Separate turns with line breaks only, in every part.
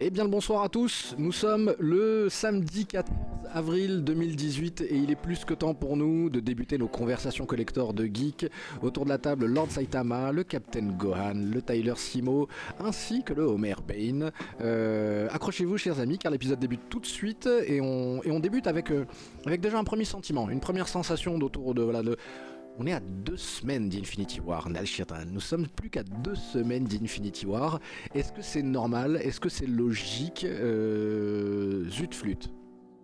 Eh bien le bonsoir à tous, nous sommes le samedi 14 avril 2018 et il est plus que temps pour nous de débuter nos conversations collector de geeks autour de la table Lord Saitama, le Captain Gohan, le Tyler Simo ainsi que le Homer Bane. Euh, Accrochez-vous chers amis car l'épisode débute tout de suite et on, et on débute avec, euh, avec déjà un premier sentiment, une première sensation d'autour de... Voilà, de on est à deux semaines d'Infinity War, Nalshirtan. Nous sommes plus qu'à deux semaines d'Infinity War. Est-ce que c'est normal Est-ce que c'est logique euh... Zut flûte.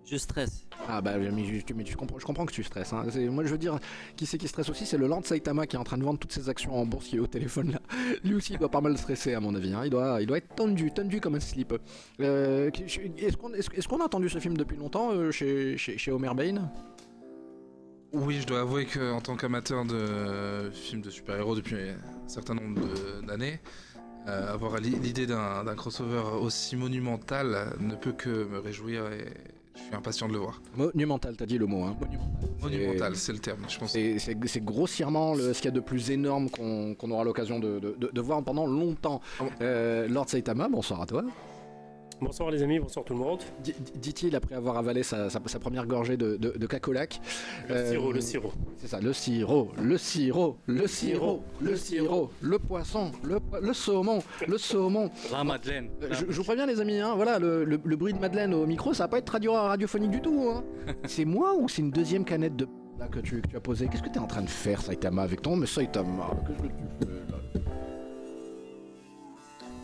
Je stresse.
Ah bah mais, je, mais tu comprends, je comprends que tu stresses. Hein. Moi je veux dire, qui c'est qui stresse aussi C'est le Land Saitama qui est en train de vendre toutes ses actions en bourse, qui est au téléphone là. Lui aussi il doit pas mal stresser à mon avis. Hein. Il, doit, il doit être tendu, tendu comme un slip. Euh, Est-ce qu'on est qu a entendu ce film depuis longtemps euh, chez, chez, chez Homer Bain
oui, je dois avouer qu'en tant qu'amateur de euh, films de super-héros depuis un certain nombre d'années, euh, avoir l'idée d'un crossover aussi monumental ne peut que me réjouir et je suis impatient de le voir.
Monumental, t'as dit le mot, hein
Monumental, c'est le terme, je pense.
C'est grossièrement le, ce qu'il y a de plus énorme qu'on qu aura l'occasion de, de, de, de, voir pendant longtemps. Euh, Lord Saitama, bonsoir à toi.
Bonsoir les amis, bonsoir tout le monde.
Dit-il après avoir avalé sa, sa, sa première gorgée de, de, de cacolac.
Le euh, sirop, le sirop.
C'est ça, le sirop, le sirop, le sirop, le sirop, le poisson, le, le saumon, le saumon.
La madeleine.
Euh, je, je, vous préviens les amis, hein, voilà, le, le, le, bruit de madeleine au micro, ça va pas être radio, radiophonique du tout. Hein. c'est moi ou c'est une deuxième canette de là que tu, que tu as posée Qu'est-ce que tu es en train de faire Saitama avec ton mais Saitama Qu'est-ce que tu fais là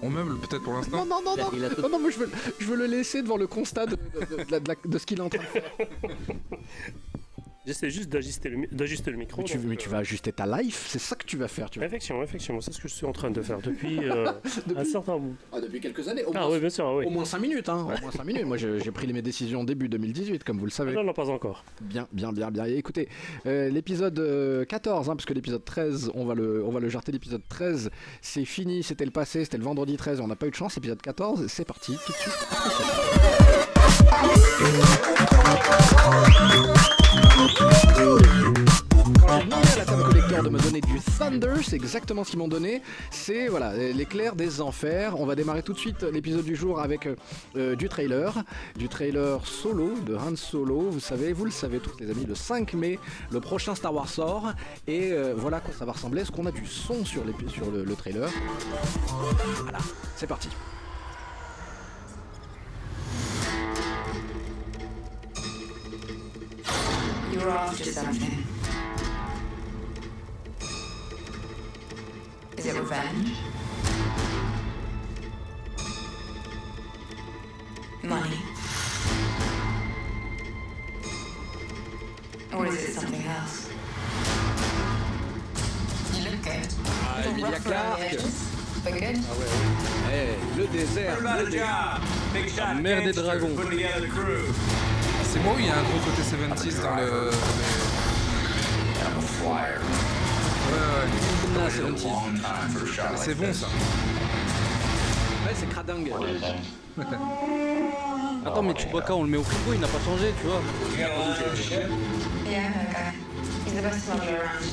on meuble peut-être pour l'instant.
Non, non, non, non. non, non mais je veux, je veux, le laisser devant le constat de, de, de, la, de ce qu'il est en train de faire.
J'essaie juste d'ajuster le, le, micro.
Mais tu,
donc, euh,
mais euh... tu vas ajuster ta life, c'est ça que tu vas faire. Tu vas...
Effectivement, effectivement, c'est ce que je suis en train de faire depuis, euh, depuis... un certain bout.
Ah, depuis quelques années, au
ah,
moins,
oui, bien sûr, oui.
au moins 5 minutes. Hein, ouais. au moins 5 minutes. Moi, j'ai pris mes décisions début 2018, comme vous le savez.
Ah, non, non, pas encore.
Bien, bien, bien, bien. Et écoutez, euh, l'épisode 14, hein, parce que l'épisode 13, on va le, on va le jarter. L'épisode 13, c'est fini, c'était le passé, c'était le vendredi 13, on n'a pas eu de chance. Épisode 14, c'est parti, tout de suite. Quand j'ai demandé à la table collector de me donner du Thunder, c'est exactement ce qu'ils m'ont donné. C'est voilà, l'éclair des enfers. On va démarrer tout de suite l'épisode du jour avec euh, du trailer, du trailer solo de Han Solo. Vous savez, vous le savez tous les amis, le 5 mai, le prochain Star Wars sort. Et euh, voilà à quoi ça va ressembler. Est-ce qu'on a du son sur, les, sur le, le trailer Voilà, c'est parti. You're after something. Is it revenge?
Money? Or is it something else? You look good.
Ah, Emilia Clarke.
But good.
Ah ouais, ouais. Hey, le désert. Le désert. La mer des dragons.
C'est moi ou il y a un gros côté 70 dans le. Ouais, ouais. C'est bon ça.
Ouais, c'est cradingue.
Attends, mais Chewbacca, on le met au frigo, il n'a pas changé, tu vois.
Yeah, okay. He's the best smuggler around.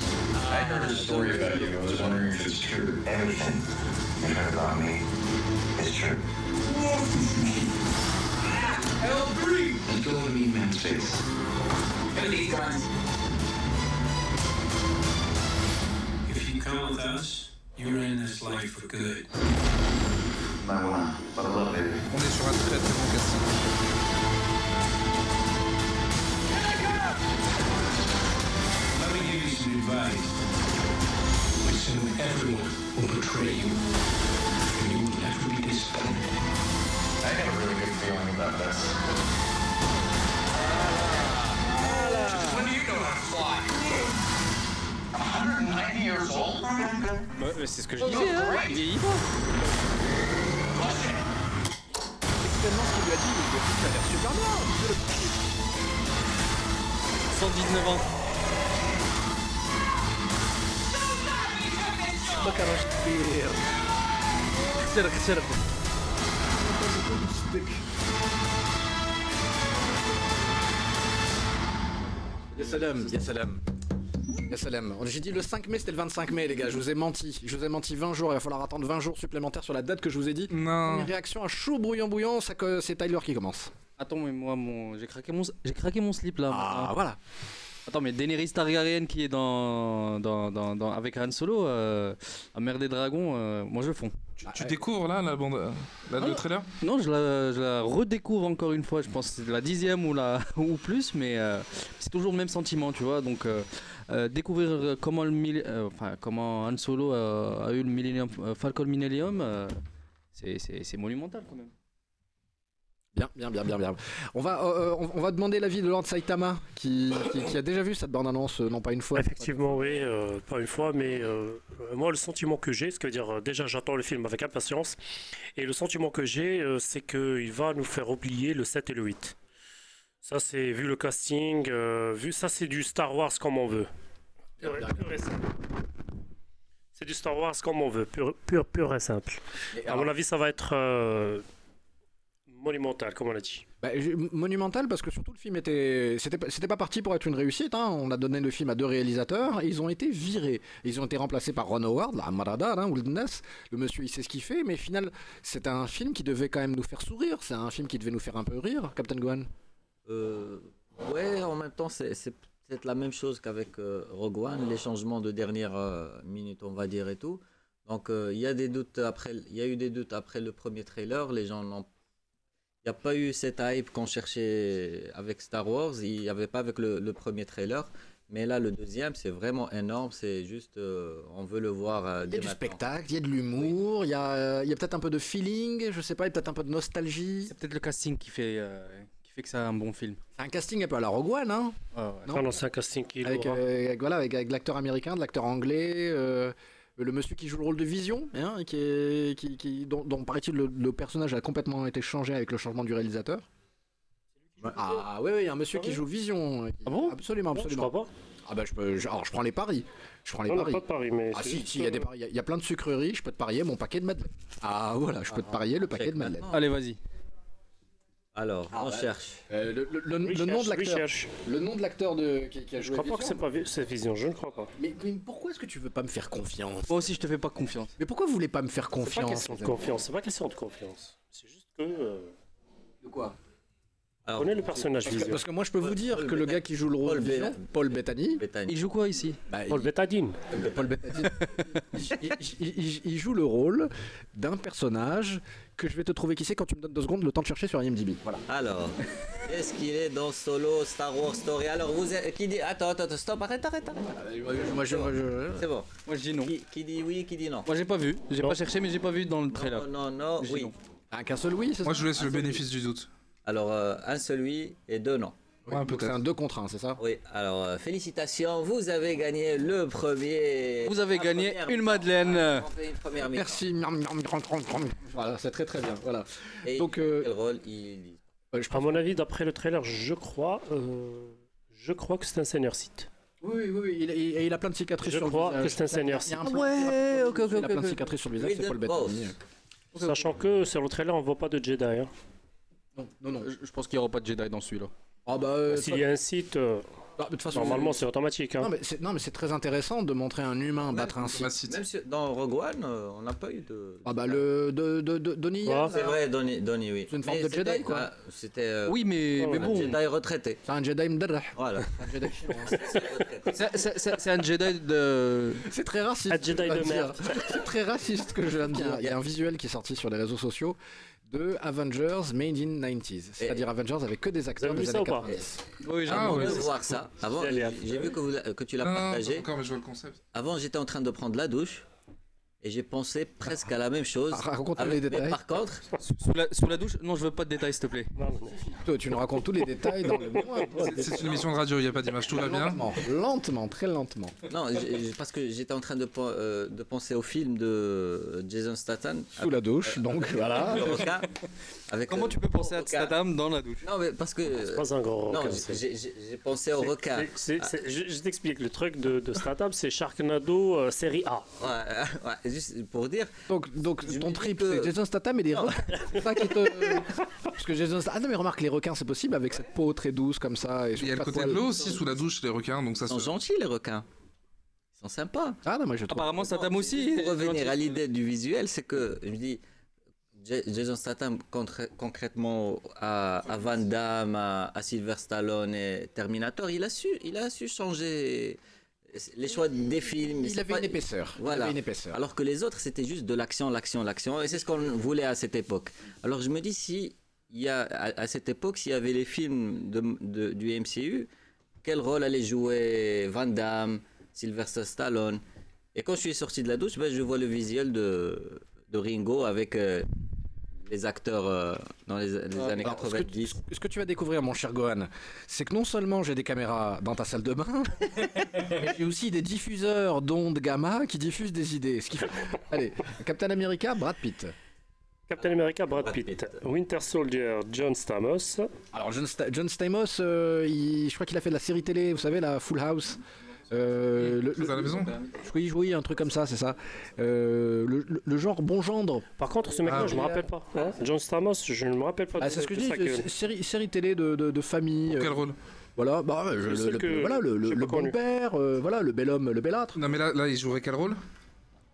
I heard a story about you. I was wondering if it's true. Everything you heard about me is true. L3! And go to Mean Man's face. Give me these guns.
If you come with us, you're in this life for good.
My one, but I love baby.
On est sur un très très bon casting.
Let me give you some advice. Which soon everyone will betray you, and you will never be disappointed. I got a really good feeling about this. When do you know how to fly? 190 years old?
Ouais, c'est ce que je disais. Il vieillit pas.
Exactement ce qu'il lui a dit, il lui a dit que ça a l'air super bien.
119 ans.
Look at us.
Cerc, cerc.
Yes, salam. Yes, salam. Ya salam. J'ai dit le 5 mai, c'était le 25 mai, les gars. Je vous ai menti. Je vous ai menti 20 jours. Il va falloir attendre 20 jours supplémentaires sur la date que je vous ai dit. Une
Non.
réaction à chaud brouillant bouillant, ça que- c'est Tyler qui commence.
Attends, mais moi, mon... j'ai craqué mon, j'ai craqué mon slip là.
Ah,
maintenant.
voilà.
Attends, mais Daenerys Targaryen qui est dans, dans, dans, dans- avec Han Solo, euh, à Mère des Dragons, euh, moi je le fonds.
Tu,
Ah,
tu découvres là la bande, euh, là, le trailer
Non, je la, je la redécouvre encore une fois. Je pense que c'est la dixième ou la ou plus, mais euh, c'est toujours le même sentiment, tu vois. Donc euh, euh, découvrir euh, comment le mille- euh, enfin comment Han Solo euh, a eu le Millennium euh, Falcon Millennium, euh, c'est- c'est c'est monumental quand même.
Bien, bien, bien, bien, bien. On va, euh, euh, on, on va demander l'avis de Lord Saitama, qui, qui, qui a déjà vu cette bande-annonce, euh, non pas une fois.
Effectivement, oui, euh, pas une fois, mais euh, euh, moi, le sentiment que j'ai, ce que veut dire, euh, déjà, j'attends le film avec impatience, et le sentiment que j'ai, euh, c'est qu'il va nous faire oublier le 7 et le 8. Ça, c'est vu le casting, euh, vu ça, c'est du Star Wars comme on veut. Pur- pur et simple. C'est du Star Wars comme on veut, pur, pur, pur et simple.
Et
À
alors,
mon avis, ça va être euh, monumental, comme on l'a dit.
bah, j'ai- monumental parce que surtout le film était, c'était, pas- c'était pas parti pour être une réussite. hein. On a donné le film à deux réalisateurs, et ils ont été virés. Ils ont été remplacés par Ron Howard, la Amarada, hein, Wilderness. Le monsieur, il sait ce qu'il fait, mais au final, c'est un film qui devait quand même nous faire sourire. C'est un film qui devait nous faire un peu rire, Captain Gohan.
Euh, ouais, en même temps, c'est c'est peut-être la même chose qu'avec euh, Rogue One, les changements de dernière euh, minute, on va dire, et tout. Donc, euh, il y a des doutes après, il y a eu des doutes après le premier trailer, les gens n'ont il n'y a pas eu cette hype qu'on cherchait avec Star Wars, il n'y avait pas avec le, le premier trailer, mais là le deuxième c'est vraiment énorme, c'est juste euh, on veut le voir. euh,
Il y
dès
a du
maintenant.
spectacle, il y a de l'humour, il y a, euh, il y a peut-être un peu de feeling, je sais pas, il y a peut-être un peu de nostalgie.
C'est peut-être le casting qui fait euh, qui fait que c'est un bon film.
C'est un casting un peu à la Rogue One, hein
Ouais, ouais.
Non.
Enfin, non, c'est un casting qui est
avec,
lourd, hein.
euh, avec- voilà, avec, avec l'acteur américain, de l'acteur anglais, euh, le monsieur qui joue le rôle de Vision, hein, qui est, qui, qui- dont, dont, paraît-il le, le personnage a complètement été changé avec le changement du réalisateur. Ah oui, oui, il y a un monsieur qui joue Vision. euh, qui-
Ah bon
Absolument,
Non, je
absolument.
crois pas.
Ah bah je peux, je- alors je prends les paris. Je prends les
Non, non,
paris.
pas de Paris, mais.
Ah
c'est
si,
juste,
si, il y a des
euh,
paris. Il y a- il y a plein de sucreries, je peux te parier mon paquet de madeleines. Ah voilà, je peux te parier le paquet de madeleines.
Allez, vas-y.
Alors on cherche.
Euh, le, le- le-
oui,
le nom
cherche,
de
oui,
l'acteur,
cherche.
le nom de l'acteur de qui, qui a
Je
joué
crois pas que
Vision.
c'est pas vi- c'est Vision, je ne crois pas.
Mais, mais pourquoi est-ce que tu veux pas me faire confiance
Moi aussi, je te fais pas confiance.
Mais pourquoi vous voulez pas me faire
C'est pas
confiance
question de
les amis
confiance, c'est pas question de confiance. C'est juste que. euh,
De quoi
Alors,
on est le personnage
parce que,
Vision.
parce que moi je peux vous
Paul-
dire
Paul
que le
Bettany.
gars qui joue le rôle
Paul
de Vision,
Bettany.
Paul Bettany,
Bethany.
Il joue quoi ici
bah, il-
Paul Bétadine.
Paul Bettany, il, il- il- il joue le rôle d'un personnage que je vais te trouver qui c'est quand tu me donnes deux secondes le temps de chercher sur IMDb. Voilà.
Alors, est-ce qu'il est dans Solo, Star Wars Story Alors, vous êtes- qui dit Attends, attends, attends, stop, arrête, arrête, arrête.
Ah, Moi, je- moi, je-
C'est bon.
Moi, je dis non.
Qui, qui dit oui, qui dit non
Moi, j'ai pas vu. J'ai
Non.
pas cherché, mais j'ai pas vu dans le trailer.
Non, non, non,
Je dis
oui.
non.
Ah, qu'un seul oui, c'est ça
Moi je vous laisse le bénéfice du doute.
Alors, euh, un celui et deux non.
Oui,
Ouais,
donc
peut-être.
C'est un deux contre un, c'est ça
Oui, alors, euh, félicitations, vous avez gagné le premier.
Vous avez
la
gagné
première
une
mi-temps.
madeleine.
Ouais, on fait une première mi-temps.
Merci. miam, miam, grand, grand, grand. Voilà, c'est très très bien. Voilà.
Et
Donc, euh,
quel rôle il
Euh, je
À
pense-
mon avis, d'après le trailer, je crois. euh, Je crois que c'est un senior site.
Oui, oui, oui, il, il- il a plein de cicatrices
Je
sur le
crois
visage.
que c'est un senior
Il y a un
site.
plan-
Ouais, ok, ok,
Il a
ok,
plein de
ok.
cicatrices sur le visage, c'est Paul Bettany.
hein.
Sachant que sur le trailer, on voit pas de Jedi. hein.
Non, non, non.
Je je pense qu'il n'y aura pas de Jedi dans celui-là.
Ah bah, euh,
S'il y a un site, euh,
ah, mais de toute façon,
normalement, c'est automatique. hein.
Non mais, c'est, non, mais c'est très intéressant de montrer un humain battre un
Ma
site.
site.
Même si- dans Rogue One, euh, on n'a pas eu de.
Ah bah le de, de, de- Donnie euh, Yen,
Quoi
là.
C'est vrai, Donnie, Donnie, oui.
C'est une forme de
c'était,
Jedi, quoi.
ah, C'était. euh,
Oui, mais,
Oh,
mais
un
bon.
Jedi retraité.
C'est un Jedi mderrah.
Voilà.
Un Jedi chiant, hein.
C'est
Ah,
retraité.
C'est- C'est c'est- c'est un Jedi de.
C'est très raciste.
Un Jedi
je viens
de
dire.
merde.
C'est très raciste ce que je viens de dire. Il y a un visuel qui est sorti sur les réseaux sociaux de Avengers Made in 90s. C'est-à-dire Avengers avec que des acteurs
avez vu
des
ça
années
ou pas
90.
Oui, j'ai-
Ah
Avant
ouais,
de
c'est
voir ça, avant,
J'allais à-
j'ai vu que, vous la- que tu l'as
Non, non, non, pas
partagé.
encore, mais je vois le concept.
Avant, j'étais en train de prendre la douche et j'ai pensé presque à la même chose.
Ah, raconte-nous les
mais
détails.
par contre,
Sous la, sous la douche Non, je veux pas de détails, s'il te plaît.
Non, non, non.
Toi, tu nous racontes tous les détails dans le moins
C'est- C'est une émission de radio, il n'y a pas d'image, tout va bien.
Lentement, lentement, très lentement.
non, j'ai- j'ai- parce que j'étais en train de, pen- euh, de penser au film de Jason Statham.
Sous la douche, donc voilà.
avec le requin, avec
Comment
le-
tu peux penser à
requin.
Statham dans la douche
Non, mais parce que.
Euh,
Pas un gros
non,
requin,
j'ai-
Ah, c'est-
j'ai j'ai- j'ai pensé au
c'est-
requin.
c'est- c'est-
Ah.
c'est- Je je t'explique, le truc de, de Startup, c'est Sharknado euh, série A.
Ouais, euh, ouais, juste pour dire,
Donc, donc
Je
ton
me dis
trip,
que-
euh,
c'est Jason Statham et des
Non.
requins. C'est ça qui te. Parce que Jason Statham. Ah non, mais remarque, les requins, c'est possible avec cette peau très douce comme ça. Et
Il y a le côté de l'eau aussi sous la douche, les requins, donc ça
ils sont
se.
gentils les requins. Ils sont sympas.
Ah non, moi je trouve.
Apparemment, Saddam
Non,
aussi.
Pour revenir à l'idée du visuel, c'est que je dis Ja- Jason Statham contra- concrètement à, à Van Damme, à, à Sylvester Stallone et Terminator, il a su, il a su changer les choix des films.
Il
C'est
avait
pas-
une épaisseur. Il
Voilà.
avait une épaisseur.
Alors que les autres, c'était juste de l'action, l'action, l'action. Et c'est ce qu'on voulait à cette époque. Alors je me dis, si il y a, à, à cette époque, s'il y avait les films de, de- du MCU, quel rôle allait jouer Van Damme, Sylvester Stallone Et quand je suis sorti de la douche, ben, je vois le visuel de, de Ringo avec euh, les acteurs euh, dans les, les années
Alors, ce, que,
90.
ce- ce que tu vas découvrir, mon cher Gohan, c'est que non seulement j'ai des caméras dans ta salle de bain, mais j'ai aussi des diffuseurs d'ondes gamma qui diffusent des idées. Ce qui fait- Allez, Captain America, Brad Pitt.
Captain America, Brad
Brad
Pitt.
Pitt.
Winter Soldier, John Stamos.
Alors, John, Sta- John Stamos, euh, il- je crois qu'il a fait de la série télé, vous savez, la Full House. Euh, le,
Chose à la maison
Oui, oui, un truc comme ça, c'est ça. Euh, le, le- le genre bon gendre.
Par contre, ce mec-là,
Ah,
je me
oui.
rappelle pas. hein. John Stamos, je ne me rappelle pas.
Ah,
de-
c'est ce que
de
je dis,
sa
c'est-
gueule.
c'est- série, série télé de, de- de famille.
Pour
euh,
quel rôle
Voilà, bah, euh,
C'est
le,
le seul
le-
que
voilà, le, le-
j'ai
le
pas connu.
bon père, euh, voilà, le bel homme, le bel âtre.
Non mais là, là, il jouerait quel rôle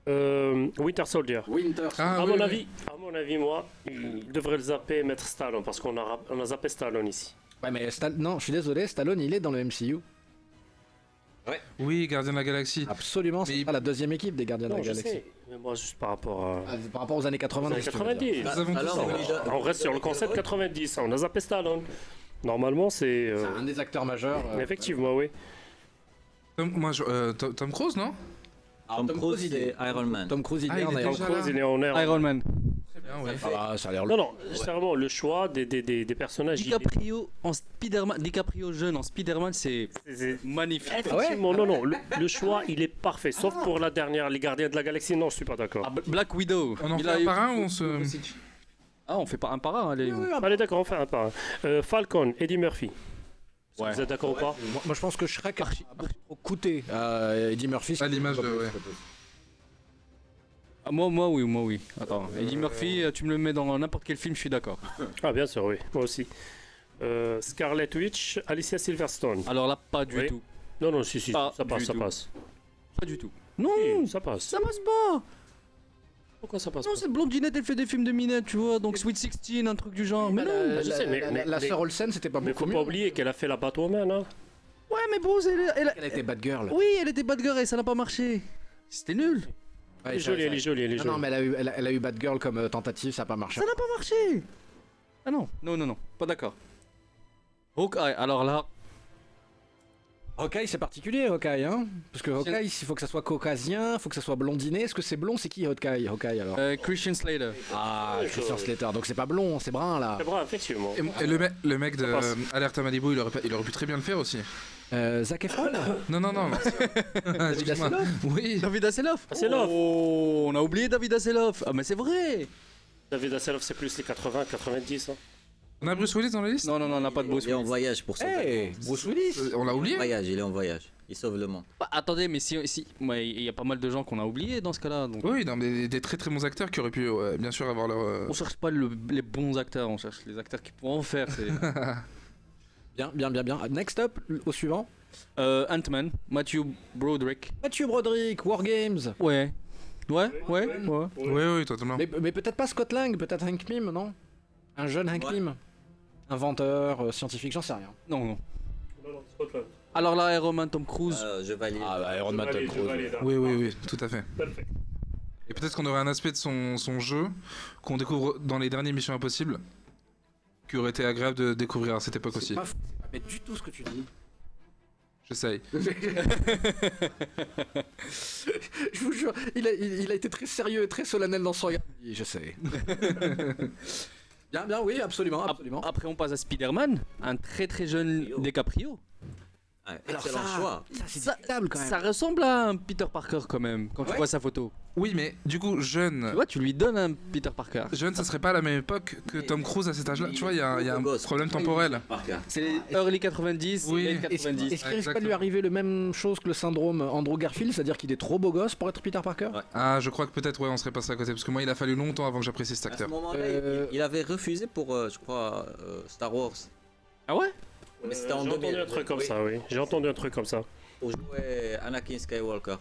Euh, Winter Soldier.
Winter.
Ah,
à
oui,
mon
oui.
avis, à mon avis, moi, il devrait le zapper et mettre Stallone parce qu'on a, rap- on a zappé Stallone ici.
Ouais, mais Stal- non, je suis désolé, Stallone, il est dans le MCU.
Oui, Gardien de la Galaxie.
Ah, Absolument,
Mais
c'est
il-
pas la deuxième équipe des Gardiens
Non,
de Ah, la
je
Galaxie.
sais, mais moi juste par rapport à
Ah, par rapport aux années 90.
années
tu veux dire.
90.
Nous avons
bah, Alors,
tous
on lui donne-
On reste sur le concept 90, on a zappé Stallone. Normalement, c'est euh,
C'est un des acteurs majeurs. euh,
effectivement oui.
Tom, moi, je- euh, Tom, Tom Cruise, non
Tom Cruise, c'est Iron Man.
Tom Cruise, il
Ah,
est
il
en
est
air.
Tom
déjà
Cruise,
là.
il est en air.
Iron Man.
Très bien, ouais.
Ah, bah, ça a l'air
Non,
le.
non, c'est vraiment le choix des, des, des, des personnages. il est-
DiCaprio en Spider-Man. DiCaprio jeune en Spider-Man, c'est
c'est- c'est-
magnifique.
Effectivement, non, non, le, le choix, il est parfait, sauf pour la dernière, les gardiens de la galaxie, non, je suis pas d'accord.
Ah, Bl- Black Widow.
On en
Il
fait
a
un
eu-
par un ou on se...
Ah, on fait pas un par un, allez. on-
Allez, d'accord, on fait un par un. Euh, Falcon, Eddie Murphy. Est-ce que
Ouais.
Vous êtes d'accord ou pas
Moi, moi, je pense que Shrek a trop coûté à Eddie Murphy.
À l'image de... ouais.
Ah, moi, moi, oui, moi, oui. Attends, Eddie Murphy, euh, tu me le mets dans n'importe quel film, je suis d'accord.
Ah, bien sûr, oui, moi aussi. Euh, Scarlet Witch, Alicia Silverstone.
Alors là, pas du
Oui.
tout.
Non, non, si, si,
Pas
ça passe,
du
ça
tout.
passe.
Pas du tout. Non,
Si, ça passe.
ça passe pas.
Pourquoi ça passe
Non,
pas
cette blondinette, elle fait des films de minette, tu vois, donc Sweet 16, un truc du genre. Mais non.
La,
Bah, je
la-
sais, mais-
la-
mais-
la
mais-
sœur Olsen, c'était pas
Mais
beaucoup
faut
mieux.
pas oublier qu'elle a fait la Batwoman, hein.
Ouais, mais bon, c'est- elle, elle a-
Elle était Batgirl.
Oui, elle était bad girl et ça n'a pas marché. C'était nul.
Ouais,
Elle est
ça-
jolie,
ça-
elle est jolie, elle est
Non, non,
jolie.
mais elle a eu, elle a, elle a eu Batgirl comme euh, tentative, ça a pas marché.
Ça n'a pas marché. Ah non, non, non, non, pas d'accord. Hawkeye, alors là,
Hawkeye, c'est particulier, Hawkeye, hein Parce que Hawkeye, il faut que ça soit caucasien, il faut que ça soit blondiné. Est-ce que c'est blond C'est qui Hawkeye, Hawkeye alors
euh, Christian Slater.
Ah, Christian
je-
Slater. Donc c'est pas blond, c'est brun là.
C'est vrai, effectivement.
Et, et le, me- le mec de
passe.
euh, Alerte à Malibu, il aurait, pas- il aurait pu très bien le faire aussi.
Euh, Zac Efron
Non, non, non. Excuse-moi. Oui.
David Hasselhoff.
Hasselhoff.
Oh, on a oublié David Hasselhoff. Ah mais c'est vrai.
David Hasselhoff, c'est plus les 80, 90. hein.
On a Bruce Willis dans la liste
Non, non, non, on n'a pas de Bruce
Il est en
Willis.
voyage pour sauver.
Hey, Bruce Willis
Euh, On l'a
Il est en
oublié
voyage, il est en voyage. Il sauve le monde.
Bah, attendez, mais si, si, ouais, il y a pas mal de gens qu'on a oubliés dans ce cas-là. Donc,
Oui, non, mais des, des très très bons acteurs qui auraient pu euh, bien sûr avoir leur. euh,
on cherche pas le- les bons acteurs, on cherche les acteurs qui pourront en faire. c'est-
Bien, bien, bien, bien. Next up, l- au suivant.
Euh, Ant-Man, Matthew Broderick.
Mathieu Broderick, Wargames.
Ouais. Ouais, ouais, ouais.
Oui, oui, totalement.
Mais, mais peut-être pas Scott Lang, peut-être Hank Pym, non Un jeune Hank
Ouais.
Pym Inventeur, euh, scientifique, j'en sais rien.
Non, non. Alors là, Iron Man, Tom Cruise.
Euh, je valide.
bah Iron
Oui, oui, oui, tout à fait. Et peut-être qu'on aurait un aspect de son, son jeu qu'on découvre dans les derniers Missions Impossibles qui aurait été agréable de découvrir à cette époque aussi.
C'est pas, fou, c'est pas bête du tout ce que tu dis.
J'essaye.
Je vous jure, il a, il- il a été très sérieux et très solennel dans son regard. Oui, Je sais. bien, bien, oui,
Euh,
absolument, absolument.
Après, on passe à Spider-Man, un très très jeune
Yo.
DiCaprio.
Ouais, excellent choix.
ça c'est
Ça-
discutable quand même.
Ça ressemble à un Peter Parker quand même, quand
Ouais.
tu vois sa photo.
Oui, mais du coup, jeune.
Tu vois, tu lui donnes un Peter Parker.
Jeune, ça serait pas à la même époque que Tom Cruise à cet âge-là. Tu vois, il y a, il y a un
Gosse.
problème temporel.
Par cœur.
C'est les early 90,
Oui.
late
Est-ce est-ce qu'il
90.
risque pas de lui
Exactement.
arriver le même chose que le syndrome Andrew Garfield, c'est-à-dire qu'il est trop beau gosse pour être Peter Parker
Ouais.
Ah, je crois que peut-être, ouais, on serait passé à côté. Parce que moi, il a fallu longtemps avant que j'apprécie cet
À ce
acteur.
moment-là,
Euh,
il, il avait refusé pour, euh, je crois, euh, Star Wars.
Ah ouais
Mais c'était
Euh,
en
J'ai entendu
2000.
un truc comme ça, oui. J'ai entendu un truc comme ça.
pour jouer Anakin Skywalker.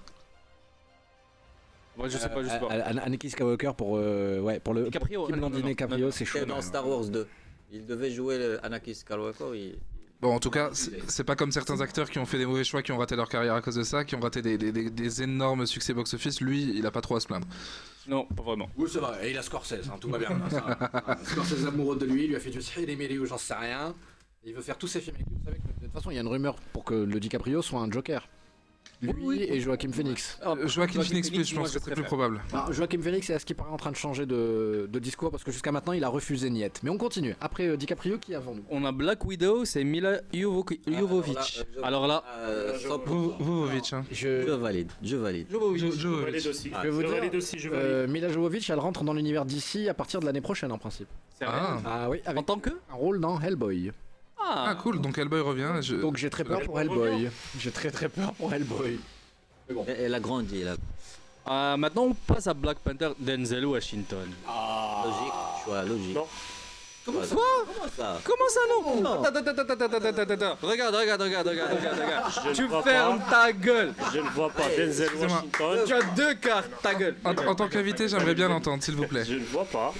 Moi, je sais pas, je sais pas.
An- An- Anakin Skywalker pour, euh, ouais, pour le.
DiCaprio,
Kim
non, non,
Landine
non.
et Caprio, c'est chaud.
C'était dans Star Wars 2. Il devait jouer le Anakin Skywalker. il-
Bon, en tout cas, c'est c'est pas comme certains acteurs qui ont fait des mauvais choix, qui ont raté leur carrière à cause de ça, qui ont raté des, des- des- des énormes succès box-office. Lui, il a pas trop à se plaindre.
Non, pas vraiment.
Oui, c'est vrai, et il a Scorsese, hein, tout va bien. hein, ça. Ah, Scorsese amoureux de lui, il lui a fait du Sahel et ou j'en sais rien. Il veut faire tous ses films avec lui. Vous savez que, de toute façon, il y a une rumeur pour que le DiCaprio soit un Joker. Lui et Joaquin Phoenix.
Euh, Joaquin Phoenix, plus, je
moi,
pense que
je
c'est plus
préfère.
probable.
Alors, Joaquin Phoenix est à ce qui paraît en train de changer de, de discours parce que jusqu'à maintenant, il a refusé Niette. Mais on continue. Après euh, DiCaprio, qui est avant nous
On a Black Widow, c'est Mila Jovo- Jovovic.
alors là, euh,
Alors là,
Ah,
Euh,
Vous,
100%.
vous, Vovitch, hein.
Je
je,
valide, je valide.
Jo-
Je
Jovovich.
valide aussi.
vais vous
je
dire,
valide aussi, je valide.
euh, Mila Jovovich, elle rentre dans l'univers d'ici à partir de l'année prochaine en principe.
c'est
Ah.
vrai.
Ah oui,
En
avec Euh,
tant que
un rôle dans Hellboy.
Ah,
Ah,
cool, donc Hellboy revient. Je...
Donc j'ai très peur pour Hellboy. J'ai très très peur pour Hellboy.
Elle, elle a grandi, là.
Ah, maintenant, on passe à Black Panther Denzel Washington.
Ah,
Logique, choix logique.
Non.
Comment ça Comment ça
Comment ça, non Attends, attends, attends, attends, attends, attends, attends. Regarde, regarde, regarde, regarde, regarde, regarde.
ne
Tu
crois
fermes
pas.
ta gueule.
Je ne vois pas Denzel
excusez-moi.
Washington.
Tu as deux cartes, ta gueule.
En, en tant qu'invité, j'aimerais bien l'entendre, s'il vous plaît.
Je ne vois pas.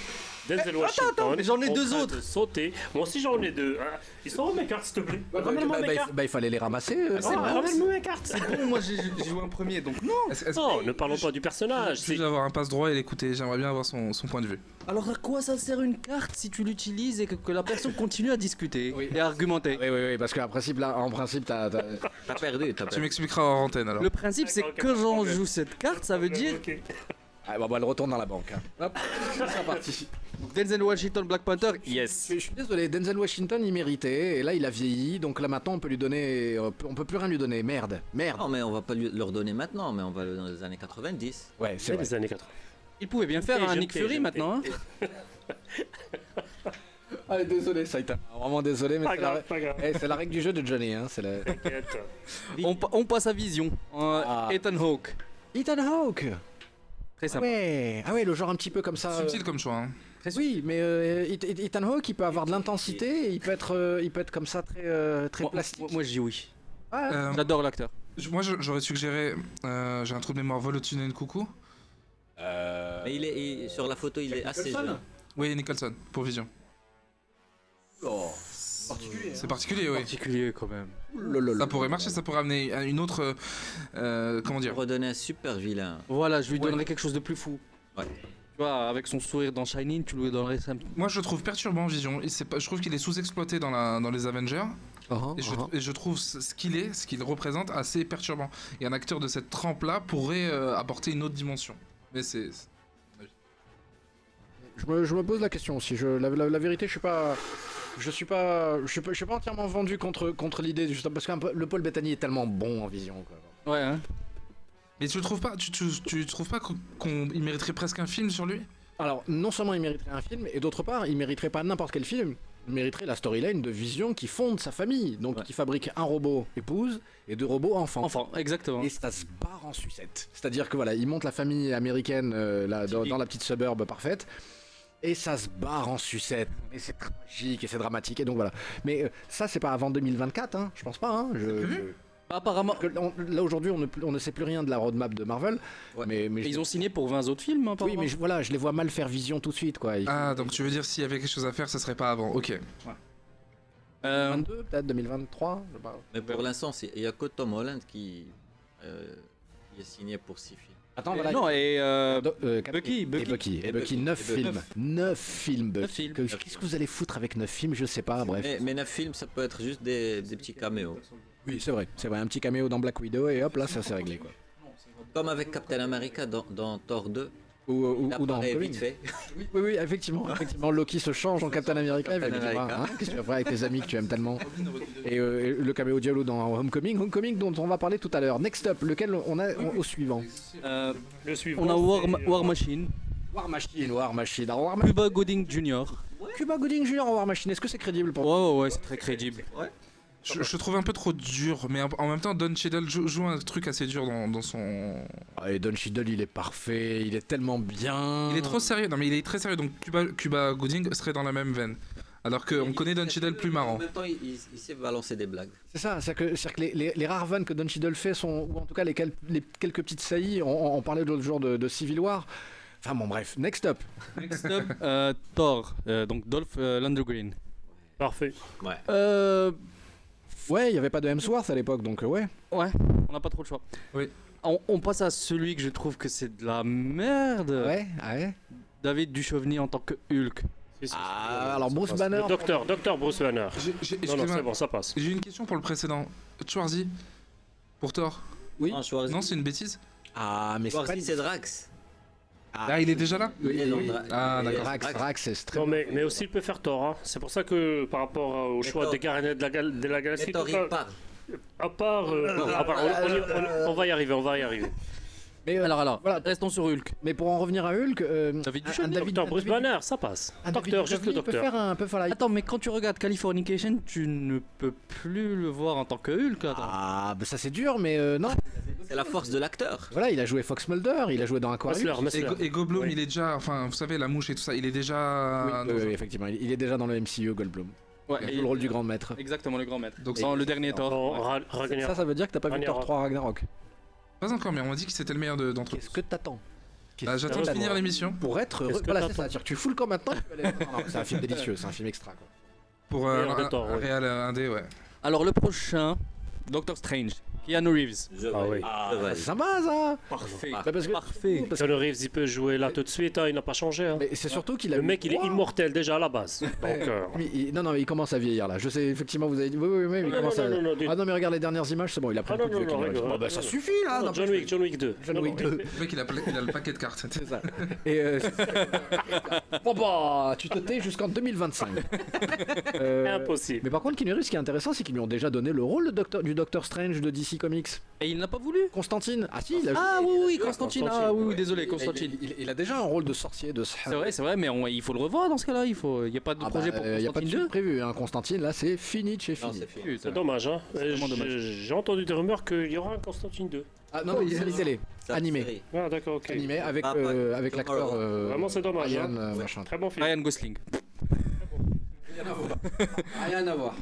Denzel Washington.
attends, mais j'en ai
en
deux
train
autres.
de Sauter. Moi aussi j'en ai deux. hein. Ils sont où mes cartes s'il te plaît Ramène-moi
Bah,
mes
bah,
cartes.
bah, il fallait les ramasser. euh,
Oh, Ramène-moi mes cartes.
C'est bon, moi j'ai j'ai joué un premier, donc non.
Est-ce est-ce
Non, ne parlons pas du personnage.
que je
C'est
peux avoir un passe droit et l'écouter J'aimerais bien avoir son, son point de vue.
Alors à quoi ça sert une carte si tu l'utilises et que, que la personne continue à discuter
Oui.
et à argumenter
Oui, oui, oui, parce qu'en principe, là, en principe, t'as. t'as-
T'as perdu, t'as
Tu
perdu.
m'expliqueras hors antenne alors.
Le principe c'est
D'accord, ok,
que
pas de
j'en
problème.
joue cette carte, ça veut dire
Ok.
Ah, bah, bah, elle retourne dans la banque. hein. Hop, c'est parti.
Donc, Denzel Washington Black Panther, yes.
Je, je suis désolé, Denzel Washington, il méritait, et là, il a vieilli, donc là, maintenant, on peut lui donner. On peut, on peut plus rien lui donner. Merde, merde.
Non, mais on va pas lui- leur donner maintenant, mais on va le donner dans les années 90.
Ouais, c'est
C'est
vrai.
les années 80.
Il pouvait bien faire
Et
un
je
Nick
t'ai,
Fury
je
maintenant. hein.
Allez, Ah, désolé, Saïta. Vraiment désolé, mais
Ah, Pas
c'est la...
grave, pas grave.
eh, c'est la règle du jeu de Johnny, hein. C'est la.
T'inquiète.
On, pa- on passe à Vision. Euh,
Ah.
Ethan Hawke.
Ethan Hawke
Très
Ah
simple.
ouais. ah ouais, le genre un petit peu comme ça. euh,
Subtil comme choix. hein.
Oui, mais euh, Eth- Eth- Ethan Hawke, il peut avoir de l'intensité, et il peut être, euh, il peut être comme ça très, euh, très
Moi,
plastique.
moi- moi, je dis oui.
Ah,
Euh,
J'adore l'acteur.
je- moi, je- j'aurais suggéré. euh, J'ai un trou de mémoire, vol au-dessus d'un coucou.
Mais il est, il- sur la photo, il est assez jeune.
Oui, Nicholson, pour Vision. C'est particulier, hein. oui.
Particulier quand même.
Ça pourrait marcher, ça pourrait amener à une autre. euh, euh, comment dire
Redonner un super vilain.
Voilà, je lui donnerais quelque chose de plus fou.
Ouais.
Tu vois, avec son sourire dans Shining, tu lui donnerais ça.
Moi, je le trouve perturbant, Vision. Il- c'est pas- je trouve qu'il est sous-exploité dans, la- dans les Avengers.
Oh,
Et je,
Uh-huh.
oh.
et je trouve ce ce qu'il est, ce qu'il représente, assez perturbant. Et un acteur de cette trempe-là pourrait euh, apporter une autre dimension. Mais c'est. c'est-
Je me, je me pose la question aussi. Je, la, la- la vérité, je suis pas, je suis pas, je suis pas, je suis pas entièrement vendu contre contre l'idée justement parce que le Paul Bettany est tellement bon en vision. Quoi.
Ouais, hein.
Mais tu le trouves pas Tu, tu, tu trouves pas qu'on qu'on- il mériterait presque un film sur lui
Alors non seulement il mériterait un film et d'autre part il mériterait pas n'importe quel film. Il mériterait la storyline de Vision qui fonde sa famille, donc
Ouais.
qui fabrique un robot épouse et deux robots enfants.
Enfin, exactement.
Et ça se part en sucette. C'est-à-dire que voilà, il monte la famille américaine euh, là, dans, dans la petite suburb parfaite. Et ça se barre en sucette. Et c'est tragique et c'est dramatique. Et donc voilà. Mais euh, ça, c'est pas avant 2024, hein. Je pense pas, hein. Je-
Bah, apparemment,
que on- là aujourd'hui, on ne, on ne sait plus rien de la roadmap de Marvel.
Ouais.
Mais, mais
mais
je-
ils ont signé pour 20 autres films. hein,
Oui,
apparemment.
mais je, voilà, je les vois mal faire vision tout de suite, quoi. Il-
Ah, donc tu veux dire s'il y avait quelque chose à faire, ça serait pas avant. Ok.
Euh,
22, peut-être 2023. je sais pas.
Mais pour l'instant, c'est- il y a que Tom Holland qui, euh, qui est signé pour six films.
Attends, voilà.
Non, et euh,
Do- euh, Cap-
Bucky,
et
Bucky.
Bucky, et
Et
Bucky,
Bucky.
9
Et Bucky.
films. 9 films,
Neuf
Bucky.
films.
Que- Qu'est-ce que vous allez foutre avec 9 films Je sais pas, Ah, bref.
Mais, mais neuf films, ça peut être juste des, des petits caméos.
Oui, c'est vrai, c'est vrai, un petit caméo dans Black Widow et hop là, ça c'est réglé quoi.
Comme avec Captain America dans, dans Thor 2.
Ou, euh, ou,
Il
ou dans
apparaît
Colin.
vite fait.
Oui, oui, oui, effectivement, effectivement, Loki se change en Captain America.
Captain
effectivement,
America.
hein, Qu'est-ce que tu vas faire avec tes amis que tu aimes tellement et, euh, et le caméo Diablo dans Homecoming, Homecoming dont on va parler tout à l'heure. Next up, lequel on a on- au suivant
euh,
Le suivant.
on a War,
c'est, euh,
War Machine,
War Machine, War Machine. Alors, War Ma-
Cuba Gooding Jr.
Cuba Gooding Jr. en War Machine, est-ce que c'est crédible
Ouais,
pour
ouais, ouais, c'est très crédible.
Je, je trouve un peu trop dur, mais en, en même temps, Don Cheadle joue, joue un truc assez dur dans, dans son.
Ah, Et Don Cheadle, il est parfait, il est tellement bien.
Euh. Il est trop sérieux, non mais il est très sérieux, donc Cuba, Cuba Gooding serait dans la même veine. Alors qu'on Euh, connaît Don Cheadle plus marrant.
En même temps, il, il- il sait balancer des blagues.
C'est ça, c'est-à-dire que, c'est-à-dire que les, les- les rares vannes que Don Cheadle fait sont, ou en tout cas les, quel- les quelques petites saillies, on, on- on parlait l'autre jour de, de Civil War. Enfin bon, bref, next up.
Next up, euh, Thor, euh, donc Dolph euh, Lundgren.
Parfait.
Euh,
Ouais, il n'y avait pas de Hemsworth à l'époque, donc euh, ouais.
ouais, on n'a pas trop le choix.
Oui.
On, on passe à celui que je trouve que c'est de la merde.
Ouais, ouais.
David Duchovny en tant que Hulk.
Si, si,
Ah, alors Bruce
Le
Banner.
docteur, docteur Bruce Banner.
J'ai- j'ai-
Non, non,
excusez-moi,
c'est bon, ça passe.
J'ai une question pour le précédent. Schwarzy Pour Thor
Oui.
Non, Schwarzy,
Non, c'est une bêtise
Ah, mais c'est
Schwarzy,
pas.
c'est Drax.
Ah, il est déjà là
Il est dans Dra-
Ah,
il est-
d'accord.
Rax, Rax, c'est très.
Non, mais, mais aussi il peut faire tort. Hein. C'est pour ça que par rapport euh, au
Mais
choix
Thor-
des gardiens de la, gal- de la
Mais
galaxie,
Thor,
tout ça,
il parle.
à part, euh,
Non.
à part- on, on y- on- on va y arriver, on va y arriver.
Mais, euh,
Alors, alors,
Voilà.
restons sur Hulk.
mais pour en revenir à Hulk, euh,
David
un- un
Duchovny,
David-
docteur
un
Bruce
David-
Banner, ça passe.
un David
docteur, juste le
Duchovny peut
docteur.
faire un peu faire la.
Attends, mais quand tu regardes Californication, tu ne peux plus le voir en tant que Hulk. attends.
Ah, bah ça c'est dur, mais euh, non.
C'est la force de l'acteur.
Voilà, il a joué Fox Mulder, il a joué dans Aquarius.
Messler,
Et,
Messler.
Go- et Goldblum,
Oui.
il est déjà. Enfin, vous savez, la mouche et tout ça, il est
Oui,
déjà.
oui, oui, effectivement, il il est déjà dans le MCU, Goldblum.
Ouais,
Il
et-
joue le rôle du grand maître.
Exactement, le grand maître.
Donc,
Donc, dans le dernier Thor.
Bon,
ouais.
Ra- Ragnar.
Ça, ça veut dire que t'as pas vu
Ragnarok.
Thor 3 Ragnarok.
Pas encore, mais on m'a dit que c'était le meilleur de- d'entre eux.
Qu'est-ce que t'attends Qu'est-ce
Bah,
que
J'attends de
t'attends
finir l'émission
Pour être
Qu'est-ce
heureux.
que
Voilà, c'est
t'attends
ça. C'est-à-dire que tu fous le camp maintenant, tu vas aller- Non, non, C'est un film délicieux, c'est un film extra. quoi.
pour euh,
Meilleur de
un,
Thor,
un
oui.
réal euh, indé, ouais.
Alors, le prochain, Doctor Strange, Keanu Reeves.
Je
Ah oui.
valide. Je valide.
C'est sympa ça
Parfait.
Bah, parce que-
Parfait.
parce que-
Keanu Reeves, il peut jouer là tout de suite, hein, il n'a pas changé. hein.
mais c'est surtout qu'il a.
Le
eu
mec, il est
froid.
immortel déjà à la base. Donc, euh,
Oui, il- non, non, mais il commence à vieillir là. Je sais, effectivement, vous avez dit. Oui, oui, oui, mais il
Non,
commence
non,
à.
non, non, du-
ah non, mais regarde les dernières images, c'est bon, il a pris
Ah,
le
non,
coup de vieux
non, non,
Keanu Reeves.
rigole.
Bon, bah, ça suffit là
non,
non,
John
mais-
Wick, John Wick 2.
John
Non,
Wick 2.
non,
Le mec, il a, pla- il a le paquet de cartes.
C'est ça. Et euh, bon bah, tu te tais jusqu'en 2025. Euh,
Impossible.
mais par contre, Keanu Reeves, ce qui est intéressant, c'est qu'ils lui ont déjà donné le rôle de Docteur- du Docteur Strange de DC Comics.
Et il n'a pas voulu
Constantine Ah si, il a,
Ah oui, oui, Constantine. Ah oui, oui, désolé, Constantine.
il, il- il a déjà un rôle de sorcier de
C'est vrai, c'est vrai, mais on- il faut le revoir dans ce cas-là. Il faut, n'y a pas de projet pour
Ah bah, Il n'y euh, a pas de
Constantine
suite
2.
prévu. Hein. Constantine, là, c'est fini de chez
Non,
fini.
c'est fini.
Putain.
C'est dommage. Hein.
C'est
Euh,
vraiment
j-
dommage.
J'ai entendu des rumeurs qu'il y aura un Constantine 2.
ah non, mais il est
c'est-
télé.
Ça,
Animé.
série.
Ah, d'accord, ok.
Animé avec,
Ah, pas-
euh, avec l'acteur. euh,
Vraiment, c'est dommage,
Ryan,
hein.
euh, machin.
Très bon film.
Ryan Gosling.
Rien à voir.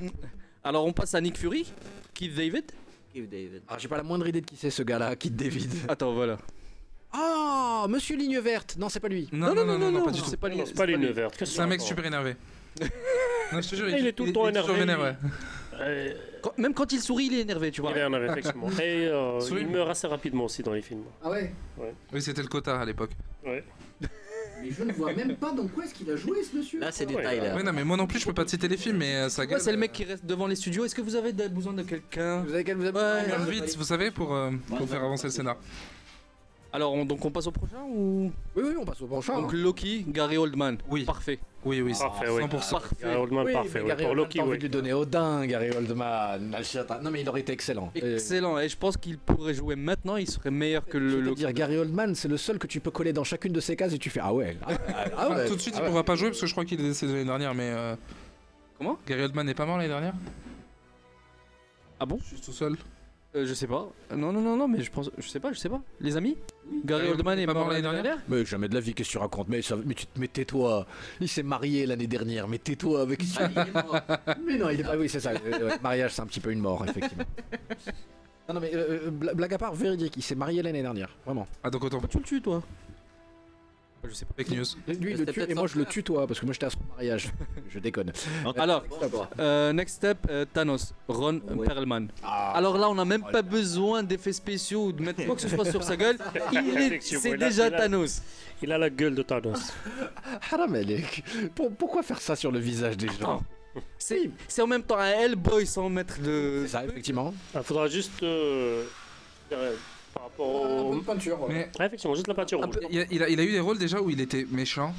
Alors on passe à Nick Fury, Keith David.
Keith David.
Alors, Ah, j'ai pas la moindre idée de qui c'est ce gars-là, Kid David.
Attends, voilà.
Ah, Monsieur Ligne Verte Non, c'est pas lui.
Non, non, non, non, non, pas du tout.
c'est pas lui.
Non, c'est pas l'une verte. Qu'est-ce
C'est un
que
mec
tu
super énervé. non, je te jure,
Il est tout le temps
toujours
énervé,
vénère,
lui.
ouais.
racontes Euh,
Quand- même quand il sourit, il est énervé, tu vois.
Il est un aveugle, effectivement. Et euh,
Absolument.
il meurt assez rapidement aussi dans les films.
Ah ouais
Oui, c'était le quota à l'époque.
Mais je ne vois même pas dans quoi est-ce qu'il a joué ce monsieur.
Là, c'est du
Ouais.
Tyler.
Ouais, non, mais moi non plus, je peux pas te citer les films, mais euh, ça
Ouais,
gueule.
c'est le mec qui reste devant les studios. Est-ce que vous avez besoin de quelqu'un
Vous avez quel vous avez-
Ouais.
Merde, vite, vous savez, pour, euh, pour faire avancer le scénar.
Alors, on- donc on passe au prochain ou
Oui, oui, on passe au prochain.
Donc Loki, Gary Oldman.
Oui.
Parfait.
Oui, oui,
Parfait, oui.
100%.
Parfait.
Ah, Oldman,
Oui,
parfait.
mais
oui.
Gary
Pour
Oldman,
Loki,
t'as envie
oui.
de lui donner Odin, Gary Oldman, Alchita. Non, mais il aurait été excellent. Et-
Excellent. Et je pense qu'il pourrait jouer maintenant. Il serait meilleur que
Je
le
veux
Loki.
dire, Gary Oldman, c'est le seul que tu peux coller dans chacune de ces cases et tu fais Ah ouais. Ah, ah
Enfin,
ouais.
tout de suite,
ah
il
ouais.
pourra pas jouer parce que je crois qu'il est décédé l'année dernière, mais. euh,
Comment
Gary Oldman n'est pas mort l'année dernière
Ah bon
Je suis tout seul.
Euh, je sais pas. Non, non, non, non, mais je pense. Je sais pas, je sais pas. Les amis Gary Oldman est Euh, pas mort l'année dernière
Mais jamais de la vie, qu'est-ce que tu racontes Mais, ça- mais tu- mais tais-toi. Il s'est marié l'année dernière, mais tais-toi avec.
Ah, il est mort.
mais non, il est pas. Oui, c'est ça. euh, ouais, mariage, c'est un petit peu une mort, effectivement. Non, non, mais euh, euh, bla- blague à part, véridique, il s'est marié l'année dernière, vraiment.
Ah, donc autant.
Tu le tues, toi Je sais pas.
Fake news.
Lui, il le
c'était
tue, et
peut-être
moi,
son
je le
frère.
tutoie, parce que moi, j'étais à son mariage. Je déconne.
Alors,
Bon choix.
euh, next step, euh, Thanos, Ron
Ouais.
Perlman.
Ah.
Alors là, on n'a même pas besoin d'effets spéciaux ou de mettre quoi que ce soit sur sa gueule. Il est,
Effectivement,
c'est
il a-
déjà
il a-
Thanos.
Il a la gueule de Thanos.
Haram Alek. Pour- pourquoi faire ça sur le visage des gens
C'est, c'est en même temps un Hellboy sans mettre de.
C'est ça, effectivement.
Il Ah, faudra juste. euh, euh, par rapport au.
peinture.
Mais
Ouais, effectivement, juste la peinture rouge.
il a, il a- il a eu des rôles déjà où il était méchant.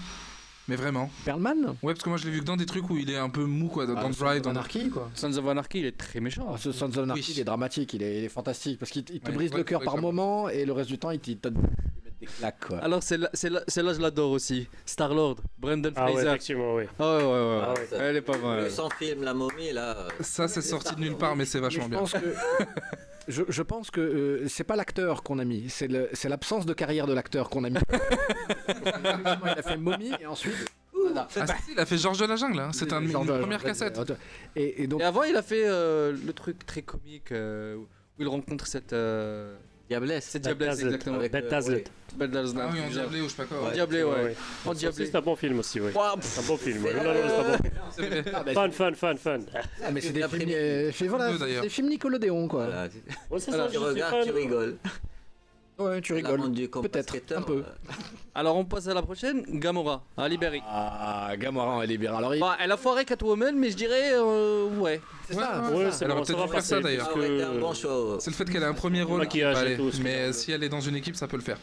Mais vraiment.
Perlman
Ouais, parce que moi je l'ai vu que dans des trucs où il est un peu mou, quoi. Dans,
Ah,
dans Drive, dans.
Anarchy, quoi.
Sons of Anarchy, il est très méchant.
Ah, ce Sons of Anarchy,
Oui.
il est dramatique, il est, il est fantastique parce qu'il te- il te
Ouais,
brise
ouais,
le cœur
ouais,
par
exactement. Ah,
moment et le reste du temps il te il te donne il met des claques quoi.
Alors, c'est là, c'est là, c'est là je l'adore aussi. Star-Lord, Brendan
Ah, ouais,
Fraser.
effectivement, oui.
Ah ouais, ouais, ouais.
Ah ouais, ça-
Elle est pas mal.
Le sans film, la momie, là. euh,
Ça, c'est sorti de nulle part, mais c'est vachement
je
bien.
pense que, je, je pense que euh, c'est pas l'acteur qu'on a mis, c'est le- c'est l'absence de carrière de l'acteur qu'on a mis. Effectivement, il a fait Mommy et ensuite. ouh,
Zelda.
Ah, si, si, il a fait George de la jungle, hein. c'est un de mes
Genre de-
premières cassettes.
Et, et donc,
Et avant, il a fait euh, le truc très comique euh, où il rencontre cette. euh,
Diablesse.
cette diablesse,
Dazzlet.
exactement.
Avec,
Bad
euh,
Dazzlet.
Bad Dazzlet,
Ah oui, en
genre.
diablé ou je sais pas quoi.
En diablé, ouais.
Ouais.
En
Ça aussi,
diablé.
C'est un bon film aussi, oui.
Ouah, pff,
C'est un bon film. ouais.
C'est,
Non, non, non, c'est un bon film.
C'est vrai.
ah, bah,
Fan, fan, fan, fan.
ah, mais c'est des
Après-
films, euh, c'est- voilà,
Deux,
c'est
d'ailleurs.
des films Nickelodeon quoi.
Voilà, tu
Ouais, c'est
Alors,
ça,
tu
je suis
regardes,
fan.
tu rigoles.
Ouais, tu
La
rigoles.
bande du compas
Peut-être,
skater,
un peu.
euh,
Alors, on passe à la prochaine Gamora, à Libéry.
Ah, Gamora, elle est bien. Alors, il-
Bah, elle a foiré Catwoman, mais je dirais. euh, ouais.
c'est
Ouais,
ça.
ouais.
Ouais,
hein.
c'est
Elle aurait
bon, ça
peut-être
va
dû faire ça,
passer.
d'ailleurs.
Ça
parce
aurait été Ah un
que-
bon show.
C'est le fait qu'elle a un premier rôle. qui
Maquillage
va
et
aller.
tout, parce que-
mais euh, si elle est dans une équipe, ça peut le faire.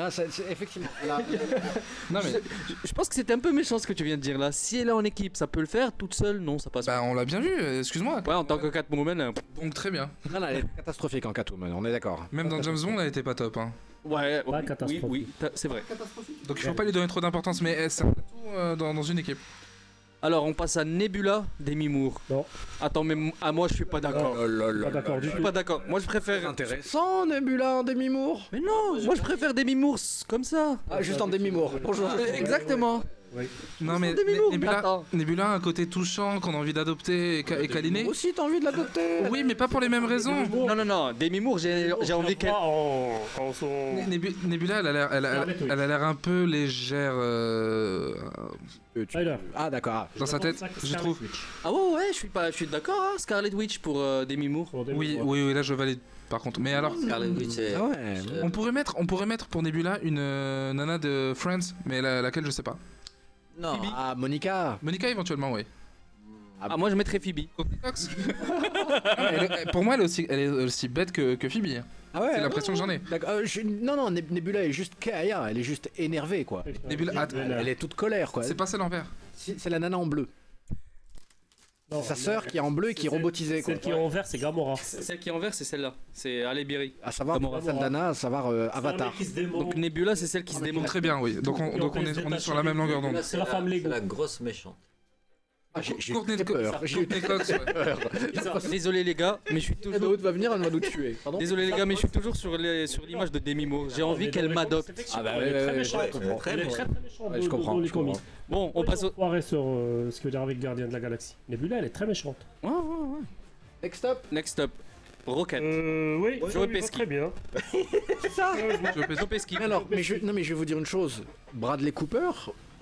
Non, c'est- c'est- effectivement. là,
Non mais
Je pense que c'était un peu méchant ce que tu viens de dire là. Si elle est en équipe, ça peut le faire. Toute seule, non, ça passe
bah on l'a bien vu. euh, Excuse-moi.
pas. Ouais, en tant que Catwoman. euh, pff,
Donc très bien.
non, non, elle est catastrophique en Catwoman, on est d'accord.
Même dans James Bond, elle était pas top. hein.
Ouais,
Pas
oui, oui,
catastrophique.
oui, t'as- c'est vrai.
Donc il faut pas lui donner trop d'importance. Mais elle, ça tout euh, dans, dans une équipe.
Alors, on passe à Nebula d'Amy Moore.
Non.
Attends, mais m- à moi, je suis pas d'accord.
Oh là là
Pas
là.
d'accord du
Je suis
tout.
pas d'accord. Moi, je préfère.
Intéressant, Nebula en demi-mour.
Mais non, moi, je préfère Demi-Moore comme ça.
Ah, juste en demi-mour. Bonjour.
Euh, Exactement.
Non mais
Demi-Moore,
Ne- Nebula,
attends.
Nebula a un côté touchant qu'on a envie d'adopter et, ca- et câliner.
Aussi, t'as envie de l'adopter
Oui, mais pas pour les mêmes raisons.
Non, non, non. Demi-Moore, j'ai j'ai envie qu'elle.
En, en son.
Ne- Nebu- Nebula, elle a l'air, elle a-
Permettez, oui.
elle a l'air un peu légère euh,
Tyler.
Ah, d'accord.
dans sa tête, je trouve.
Ah ouais, ouais, je suis pas, je suis d'accord. hein, Scarlet Witch pour euh, Demi Moore.
Oui, oui, oui, là je valide. Par contre, mais alors,
Scarlet Witch est-
Ah ouais.
euh,
on pourrait mettre, on pourrait mettre pour Nebula une euh, nana de Friends, mais la- laquelle je sais pas.
Non,
Ah, Monica.
Monica éventuellement, oui.
Ah, moi, je mettrais Phoebe.
Courtney Cox. Non, Ah, mais elle- pour moi, elle est aussi, elle est aussi bête que, que Phoebe. hein.
Ah ouais.
C'est l'impression que j'en ai.
D'accord, euh, je- Non, non, Neb- Nebula est juste Kaya, elle est juste énervée, quoi.
Nebula- ah,
Elle, elle est toute colère, quoi.
C'est passé l'envers.
C'est c'est la nana en bleu. C'est sa sœur qui est en bleu et qui est robotisée, quoi.
Celle qui est en vert, c'est Gamora.
Celle qui est en vert, c'est celle-là. C'est Alébiri.
À savoir,
Gamora.
celle d'Anna, à savoir euh, Avatar.
Donc Nebula, c'est celle qui se démontre.
Ah, Très bien, oui. Donc on, donc on est, on est sur la même longueur d'onde.
C'est la femme Lego.
c'est la grosse méchante.
Ah, j'ai j'ai eu
Courtney
très
Co-
peur. J'ai eu
Courtney Cox, ouais.
peur.
Désolé les gars, mais je suis toujours.
va venir, elle va nous tuer. Pardon
Désolé les gars, mais je suis toujours sur les- sur l'image de Demi Moore. J'ai envie qu'elle m'adopte.
Ah bah,
Elle est
ouais,
très
ouais,
méchante.
ouais, je comprends.
Elle est très très méchante.
Ouais, je comprends,
Dans les
je comprends.
comics.
Bon, on passe au.
Foiré sur euh, ce que veut dire avec Gardien de la Galaxie. Nebula, elle est très méchante.
Ouais, ouais, ouais.
Next up.
Next up, Rocket.
Euh, oui,
Joe oui, Pesci. très
bien.
Je vais-
Pesky.
Mais alors, mais je, non, mais je vais vous dire une chose. Bradley Cooper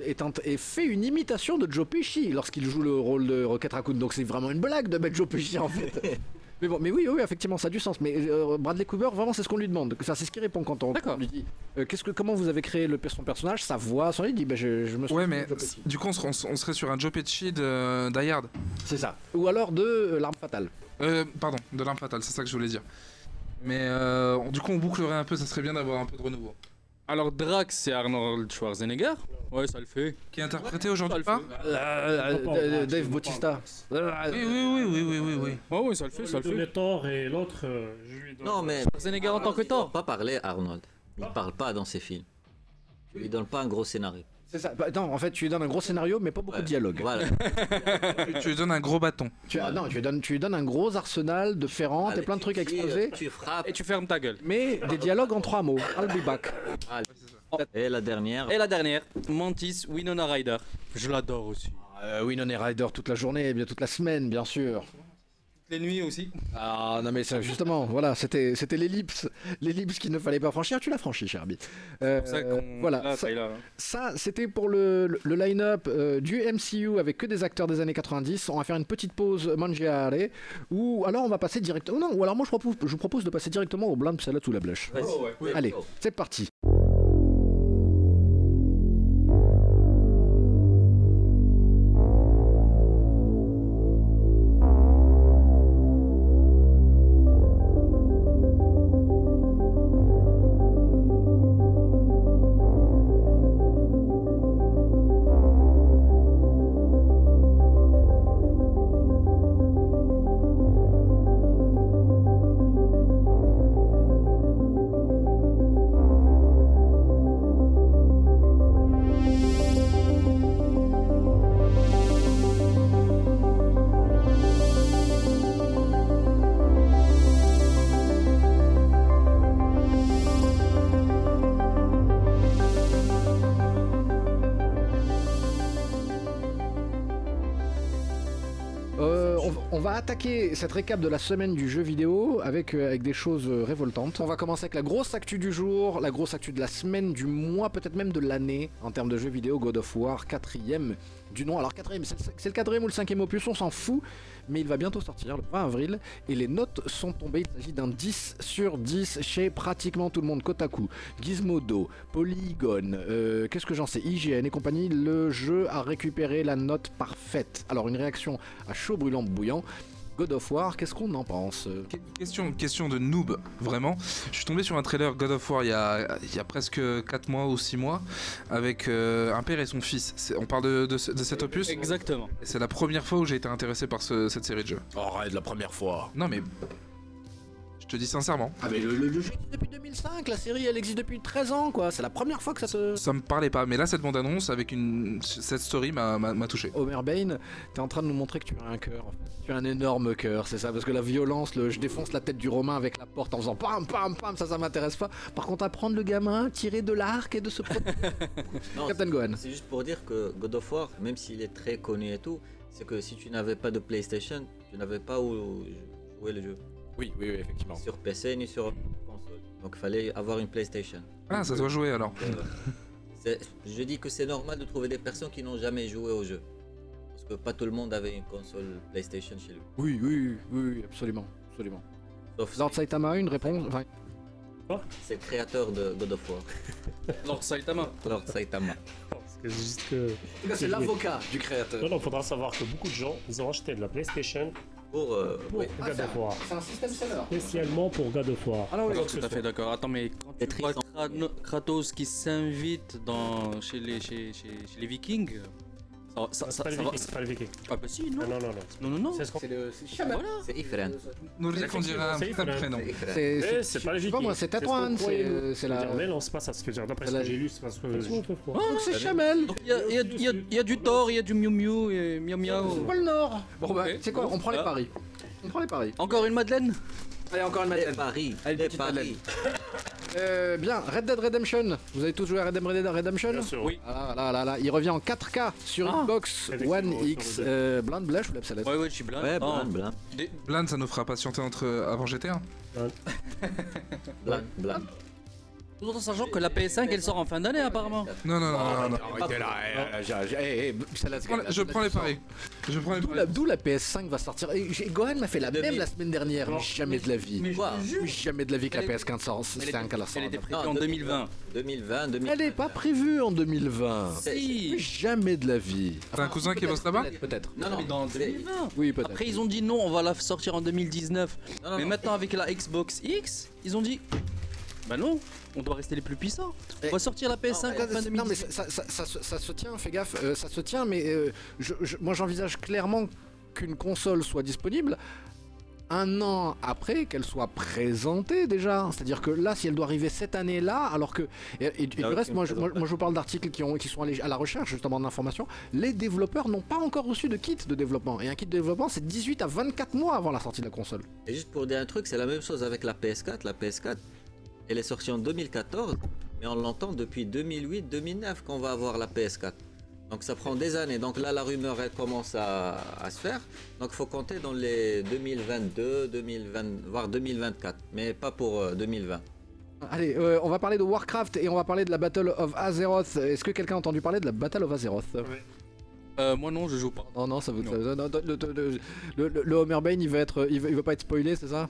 est, un- est fait une imitation de Joe Pesci lorsqu'il joue le rôle de Rocket Raccoon. Donc c'est vraiment une blague de mettre Joe Pesci en fait. mais bon, mais oui, oui, effectivement, ça a du sens. Mais euh, Bradley Cooper, vraiment, c'est ce qu'on lui demande. Enfin, c'est ce qu'il répond quand on
D'accord.
lui dit euh, qu'est-ce que, comment vous avez créé le, son personnage, sa voix, son. Il dit, bah, je, je me.
Ouais,
souviens de
mais
Joe Pesci.
du coup, on, se- on se- on serait sur un Joe Pesci de Die Hard.
c'est ça. Ou alors de euh, l'arme fatale.
Euh, pardon, de l'arme fatale, c'est ça que je voulais dire. Mais euh, on- du coup, on bouclerait un peu, ça serait bien d'avoir un peu de renouveau.
Alors Drax, c'est Arnold Schwarzenegger. Ouais, ça le fait.
Qui est interprété aujourd'hui
Ça
pas
le fait.
Euh, euh,
comprends,
euh,
ah, je
Dave
comprends.
Bautista. Euh,
Oui, oui, oui, oui, oui, oui, oui.
Ouais, ouais, ça le fait, ça le
Le
fait.
Thor et l'autre, euh, je lui donne.
Non, mais.
Schwarzenegger en tant que
Il doit
Thor.
pas parler, Arnold. Il parle pas dans ses films. Il lui donne pas un gros scénario.
C'est ça. Bah, non, en fait, tu lui donnes un gros scénario, mais pas beaucoup
Ouais.
de Ah, dialogue.
Voilà.
Tu, tu lui donnes un gros bâton.
Tu, ah, non, tu lui donnes, tu lui donnes un gros arsenal de ferrante et
Allez,
plein de
tu
trucs à
tires,
exposer,
euh,
Tu frappes.
Et tu fermes ta gueule.
mais des dialogues en trois mots. I'll be back.
Et la dernière.
Et la dernière, Mantis Winona Ryder. Je l'adore aussi.
Euh, oui, non, et Rider toute la journée, eh bien toute la semaine, bien sûr.
Les nuits aussi.
Ah non, mais ça, justement, voilà, c'était, c'était l'ellipse, l'ellipse qu'il ne fallait pas franchir. Tu l'as franchi, cher Arbi. Euh,
C'est pour ça qu'on- hein.
voilà,
Là,
ça,
ça y est, là.
ça, c'était pour le, le- le line-up euh, du MCU avec que des acteurs des années 90. On va faire une petite pause mangiare, ou alors on va passer directement. Non, ou alors moi je propose, je vous propose de passer directement au blind salade ou la blush.
Vas-y. Let's
Allez,
go.
c'est parti.
Thank
Euh, on, on va attaquer cette récap de la semaine du jeu vidéo avec, euh, avec des choses euh, révoltantes. On va commencer avec la grosse actu du jour, la grosse actu de la semaine, du mois, peut-être même de l'année en termes de jeux vidéo. God of War, quatrième du nom. Alors quatrième, c'est le- c'est le quatrième ou le cinquième opus, on s'en fout, mais il va bientôt sortir le 20 avril et les notes sont tombées. Il s'agit d'un 10 sur 10 chez pratiquement tout le monde, Kotaku, Gizmodo, Polygon, euh, qu'est-ce que j'en sais, IGN et compagnie. Le jeu a récupéré la note parfaite. Alors une réaction à chaud brûlant bouillant. God of War, qu'est-ce qu'on en pense euh
Que- Question, question de noob, vraiment. Je suis tombé sur un trailer God of War il y a, il y a presque 4 mois ou 6 mois avec euh, un père et son fils. C'est- On parle de, de ce- de cet opus et
Exactement.
C'est la première fois où j'ai été intéressé par ce- cette série de jeux.
Oh, Arrête la première fois.
Non mais. Je te dis sincèrement,
Ah mais le, le- le jeu existe depuis 2005, la série elle existe depuis 13 ans quoi, c'est la première fois que ça se...
ça me parlait pas, mais là cette bande-annonce avec une cette story m'a- m'a m'a touché.
Homer Bane, t'es en train de nous montrer que tu as un cœur. Tu as un énorme cœur, c'est ça, parce que la violence, le je défonce la tête du Romain avec la porte en faisant pam pam pam, ça ça m'intéresse pas. Par contre, apprendre le gamin, à tirer de l'arc et de se... protéger.
Non,
Captain Gohan.
C'est juste pour dire que God of War, même s'il est très connu et tout, c'est que si tu n'avais pas de PlayStation, tu n'avais pas où jouer le jeu.
Oui, oui, oui, effectivement.
Sur PC ni sur console. Donc il fallait avoir une PlayStation.
Ah, ça doit jouer alors.
Euh, c'est- je dis que c'est normal de trouver des personnes qui n'ont jamais joué au jeu. Parce que pas tout le monde avait une console PlayStation chez lui.
Oui, oui, oui, oui, absolument, absolument.
Sauf
Lord Saitama, une réponse Enfin,
c'est le créateur de God of War,
Lord Saitama.
Lord Saitama.
Parce que c'est juste que.
c'est l'avocat du créateur.
Non, non, faudra savoir que beaucoup de gens, ils ont acheté de la PlayStation
Pour, euh, oui.
pour God of War.
Ah, C'est un système seller.
Spécialement pour God of War.
Ah non, oui.
Tout à fait d'accord. Attends, mais quand tu
Tetris
vois
en
Kra-
premier.
Kratos qui s'invite dans... chez, les... Chez... Chez... chez les Vikings, ça, ça,
Ah, C'est pas
ça-
les
ça va-
Vikings, c'est pas les Vikings.
Ah bah si, non.
Non, non, non, non.
Non, non, non.
C'est ce qu'on
C'est le. C'est
C'est Ifren.
Nous le dira un
C'est
putain de
Ifren.
prénom.
C'est Ifren.
C'est
Eh, c'est pas la
je sais pas
Viking.
moi, c'est
C'est ce qu'on
Tatouan,
croyait,
euh,
c'est c'est la.
dire,
Donc
mais non, c'est pas ça ce que je veux dire. D'après
C'est
ce que
la-
j'ai lu, c'est parce que.
c'est Chamel
Il y a, il y a- il y a- il y a du Thor, il y a du Miu Miu et Miao Miao.
Pas le Nord Bon bah,
Ok.
c'est quoi On prend les
Ah.
paris. On prend les paris.
Encore une Madeleine
Allez, encore une
Des paris,
Allez,
des
petite Madeleine.
paris.
Euh, bien, Red Dead Redemption. Vous avez tous joué à Red Dead Redemption
Bien sûr.
Oui.
Ah là là là, il revient en 4K sur
Ah.
Xbox
Avec
One
le gros
X.
sur le
Euh, Blind Blush ou la
Ouais, ouais, je suis blind.
Ouais,
Oh.
blan, blan,
Des-
Blind, ça nous fera patienter entre avant GTA.
blan, blan.
Tout en sachant que la PS5 elle sort en fin d'année apparemment.
Non, non, non, non, non, non.
Arrêtez là. eh, j'ai- j'ai- eh, eh, celle-là,
Je prends les- Je prends les paris. Je prends les
D'où la,
paris.
d'où la PS5 va sortir. Et j'ai- Gohan m'a fait la
Demi.
même la semaine dernière. mais jamais de la vie.
Quoi
jamais de la vie que la
Elle est-
PS5 sort.
Elle
C'est
était,
un cas
elle était prévue
Non,
en
deux-
2020.
2020, 2020.
Elle n'est pas prévue en 2020. Mais
Si
Jamais de la vie.
T'as un cousin qui bosse là-bas
Peut-être, Peut-être.
Non,
Mais dans
non, c'est-
2020
Oui, peut-être.
Après ils ont dit non, on va la sortir en 2019.
non, non,
Mais
non.
maintenant avec la Xbox X, ils ont dit Bah non, on doit rester les plus puissants. On va sortir la PS5 en
Non,
fin
c'est- Non, mais
2019.
ça, ça- ça- ça se- ça se tient, fais gaffe, euh, ça se tient, mais euh, je- je- moi j'envisage clairement qu'une console soit disponible un an après qu'elle soit présentée déjà. C'est-à-dire que là, si elle doit arriver cette année-là, alors que. Et, et- et du
Ah oui,
reste,
une
moi je, moi-
présentation.
moi, je vous parle d'articles qui, ont- qui sont allés à la recherche justement d'informations. Les développeurs n'ont pas encore reçu de kit de développement. Et un kit de développement, c'est 18 à 24 mois avant la sortie de la console.
Et juste pour dire un truc, c'est la même chose avec la PS4. La PS4, elle est sortie en 2014, mais on l'entend depuis 2008-2009 qu'on va avoir la PS4. Donc ça prend des années. Donc là, la rumeur, elle commence à, à se faire. Donc il faut compter dans les 2022, 2020, voire 2024, mais pas pour euh, 2020.
Allez, euh, on va parler de Warcraft et on va parler de la Battle of Azeroth. Est-ce que quelqu'un a entendu parler de la Battle of Azeroth
Euh, moi non, je joue pas.
Non, non, ça vous.
Non.
ça- non, le, le- le- le- le Homer Bane, il va, être, il, va, il va pas être spoilé, c'est ça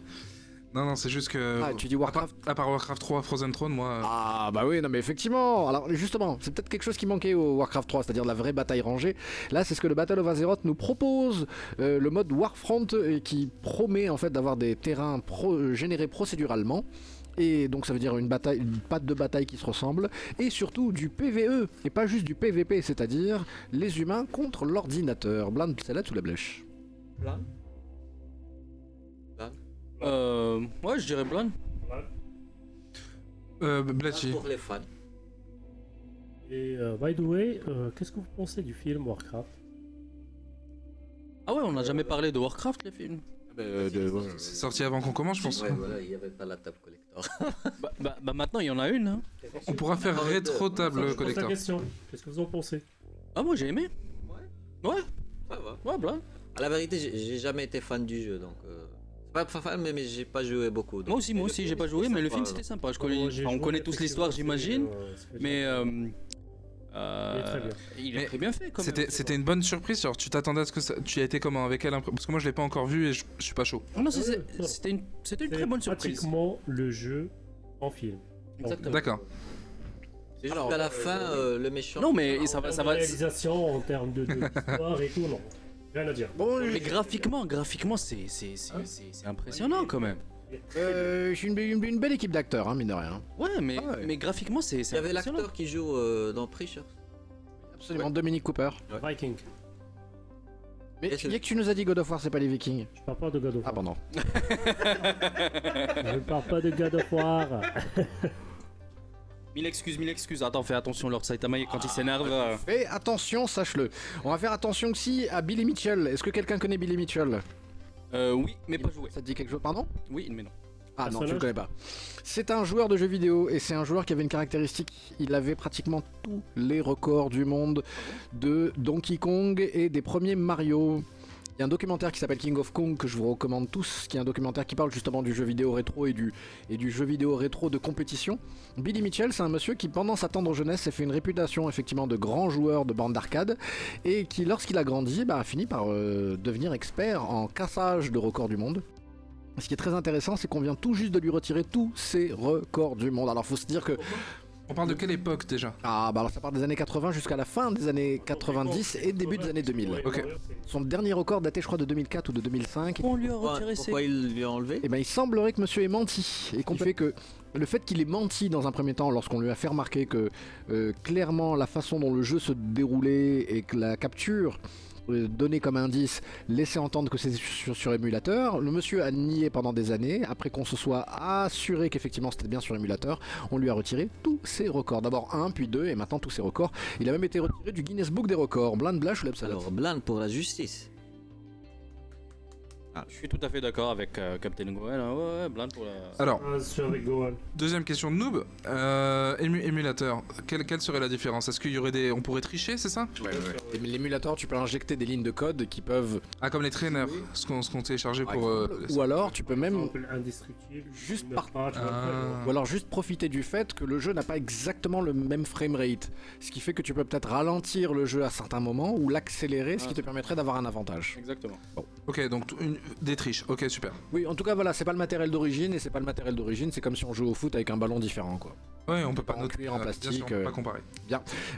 Non, non, c'est juste que.
Ah, tu dis
À part,
Warcraft
à part Warcraft 3, Frozen Throne, moi.
Ah, bah oui, non, mais effectivement Alors, justement, c'est peut-être quelque chose qui manquait au Warcraft 3, c'est-à-dire la vraie bataille rangée. Là, c'est ce que le Battle of Azeroth nous propose, euh, le mode Warfront, et qui promet en fait d'avoir des terrains pro- euh, générés procéduralement. Et donc ça veut dire une bataille, une patte de bataille qui se ressemble, et surtout du PVE, et pas juste du PVP, c'est-à-dire les humains contre l'ordinateur. Blind, c'est là sous la blèche.
Euh, ouais, je dirais blind.
Ah.
Euh,
Pas
Blatchy.
pour les fans.
Et euh, by the way, euh, qu'est-ce que vous pensez du film Warcraft
Ah ouais, on n'a jamais parlé de Warcraft les films.
euh, de- ouais, ouais.
C'est sorti avant qu'on commence, je pense.
Ouais, voilà, il n'y avait pas la table collector.
Bah, bah- bah maintenant il y en a une. hein.
On pourra faire
Attends,
rétro
Je
table
pose la
collector.
question. Qu'est-ce que vous en pensez
Ah moi j'ai aimé.
Ça va.
Ouais, blind.
À la vérité, j'ai- j'ai jamais été fan du jeu, donc. euh, c'est pas pas fan, mais, mais j'ai pas joué beaucoup. donc-
Moi aussi, moi
mais le
aussi,
film,
j'ai pas
c'était
joué, mais le
sympa,
film
donc.
c'était sympa. Je
Moi,
connais-
j'ai
enfin, on
joué,
connaît tous l'histoire,
effectivement,
j'imagine.
c'est, euh, c'est-
Mais euh, euh,
Il est très bien.
il est
Mais
très bien fait. quand même.
C'était c'était une bonne surprise, genre tu t'attendais à ce que ça- tu y as été comment avec elle après- Parce que moi je l'ai pas encore vu et je, je suis pas
Ah
chaud.
Non, non, c'est- c'est- c'était une, c'était une
c'est
très bonne surprise.
pratiquement le jeu en film.
Exactement.
D'accord.
C'est juste qu'à la fin, euh, le méchant.
Non, mais ça
En
va,
termes
ça
de
va.
réalisation, en termes de, de l'histoire et tout, non. Rien à dire.
Mais graphiquement, graphiquement, c'est c'est-
Ah.
c'est- c'est- c'est impressionnant quand même.
Euh, je suis une, une- une belle équipe d'acteurs, hein, mine de rien.
Ouais, mais,
Ah ouais.
mais graphiquement, c'est
Il y
c'est
avait
impressionnant.
l'acteur qui joue euh, dans Preacher.
Absolument, Dominique Cooper.
Viking.
Mais
Et
tu
c'est-
dis que tu nous as dit God of War, c'est pas les Vikings.
Je parle pas de God of
Ah,
War.
pardon.
Je parle pas de God of War.
Mille excuses, mille excuses. Attends, fais attention, Lord Saitama, quand il s'énerve. euh,
Fais attention, sache-le. On va faire attention aussi à Billy Mitchell. Est-ce que quelqu'un connaît Billy Mitchell
euh, oui, mais pas joué.
Ça te dit quelque chose Pardon
Oui, mais non.
Ah non, tu le
Personnage
connais pas. C'est un joueur de jeux vidéo et c'est un joueur qui avait une caractéristique. Il avait pratiquement tous les records du monde de Donkey Kong et des premiers Mario. Il y a un documentaire qui s'appelle King of Kong que je vous recommande tous, qui est un documentaire qui parle justement du jeu vidéo rétro et du, et du jeu vidéo rétro de compétition. Billy Mitchell, c'est un monsieur qui, pendant sa tendre jeunesse, s'est fait une réputation effectivement de grand joueur de bande d'arcade et qui, lorsqu'il a grandi, bah, a fini par euh, devenir expert en cassage de records du monde. Ce qui est très intéressant, c'est qu'on vient tout juste de lui retirer tous ses records du monde. Alors faut se dire que
On parle de quelle époque déjà
ah bah alors ça part des années 80 jusqu'à la fin des années 90 et début des années 2000.
Ok.
Son dernier record daté je crois de 2004 ou de 2005.
On lui a
Pourquoi,
retiré ses.
pourquoi il lui a enlevé
Et ben il semblerait que monsieur ait menti et qu'on fait que le fait qu'il ait menti dans un premier temps lorsqu'on lui a fait remarquer que euh, clairement la façon dont le jeu se déroulait et que la capture euh, donnée comme indice laissait entendre que c'est sur, sur émulateur. Le monsieur a nié pendant des années. Après qu'on se soit assuré qu'effectivement c'était bien sur émulateur, on lui a retiré tous ses records. D'abord un, puis deux, et maintenant tous ses records. Il a même été retiré du Guinness Book des records. Blind Blash ou l'Absalom.
Alors, blinde pour la justice.
Ah, je suis tout à fait d'accord avec euh, Captain Goel. hein. Ouais, ouais, blinde pour la.
Alors,
Ah, je suis avec Gohan.
deuxième question de noob. Euh, ému- émulateur, quelle, quelle serait la différence Est-ce qu'il y aurait des. On pourrait tricher, c'est ça
L'émulateur, tu peux injecter des lignes de code qui peuvent.
Ah, comme les traîneurs, ce qu'on ce qu'on téléchargeait
Ah,
pour. euh,
Ou alors tu peux même
Simple, indestructible.
Juste
il meurt pas,
par-
tu vois,
Ah.
Ou alors juste profiter du fait que le jeu n'a pas exactement le même framerate. Ce qui fait que tu peux peut-être ralentir le jeu à certains moments ou l'accélérer, ce qui te permettrait d'avoir un avantage.
Exactement.
Ok, donc t- une- des triches, ok, super.
Oui, en tout cas, voilà, c'est pas le matériel d'origine et c'est pas le matériel d'origine, c'est comme si on jouait au foot avec un ballon différent, quoi.
Ouais, on peut pas
En
noter.
cuir, en
euh, bien sûr,
plastique,
on peut
euh.
pas comparer.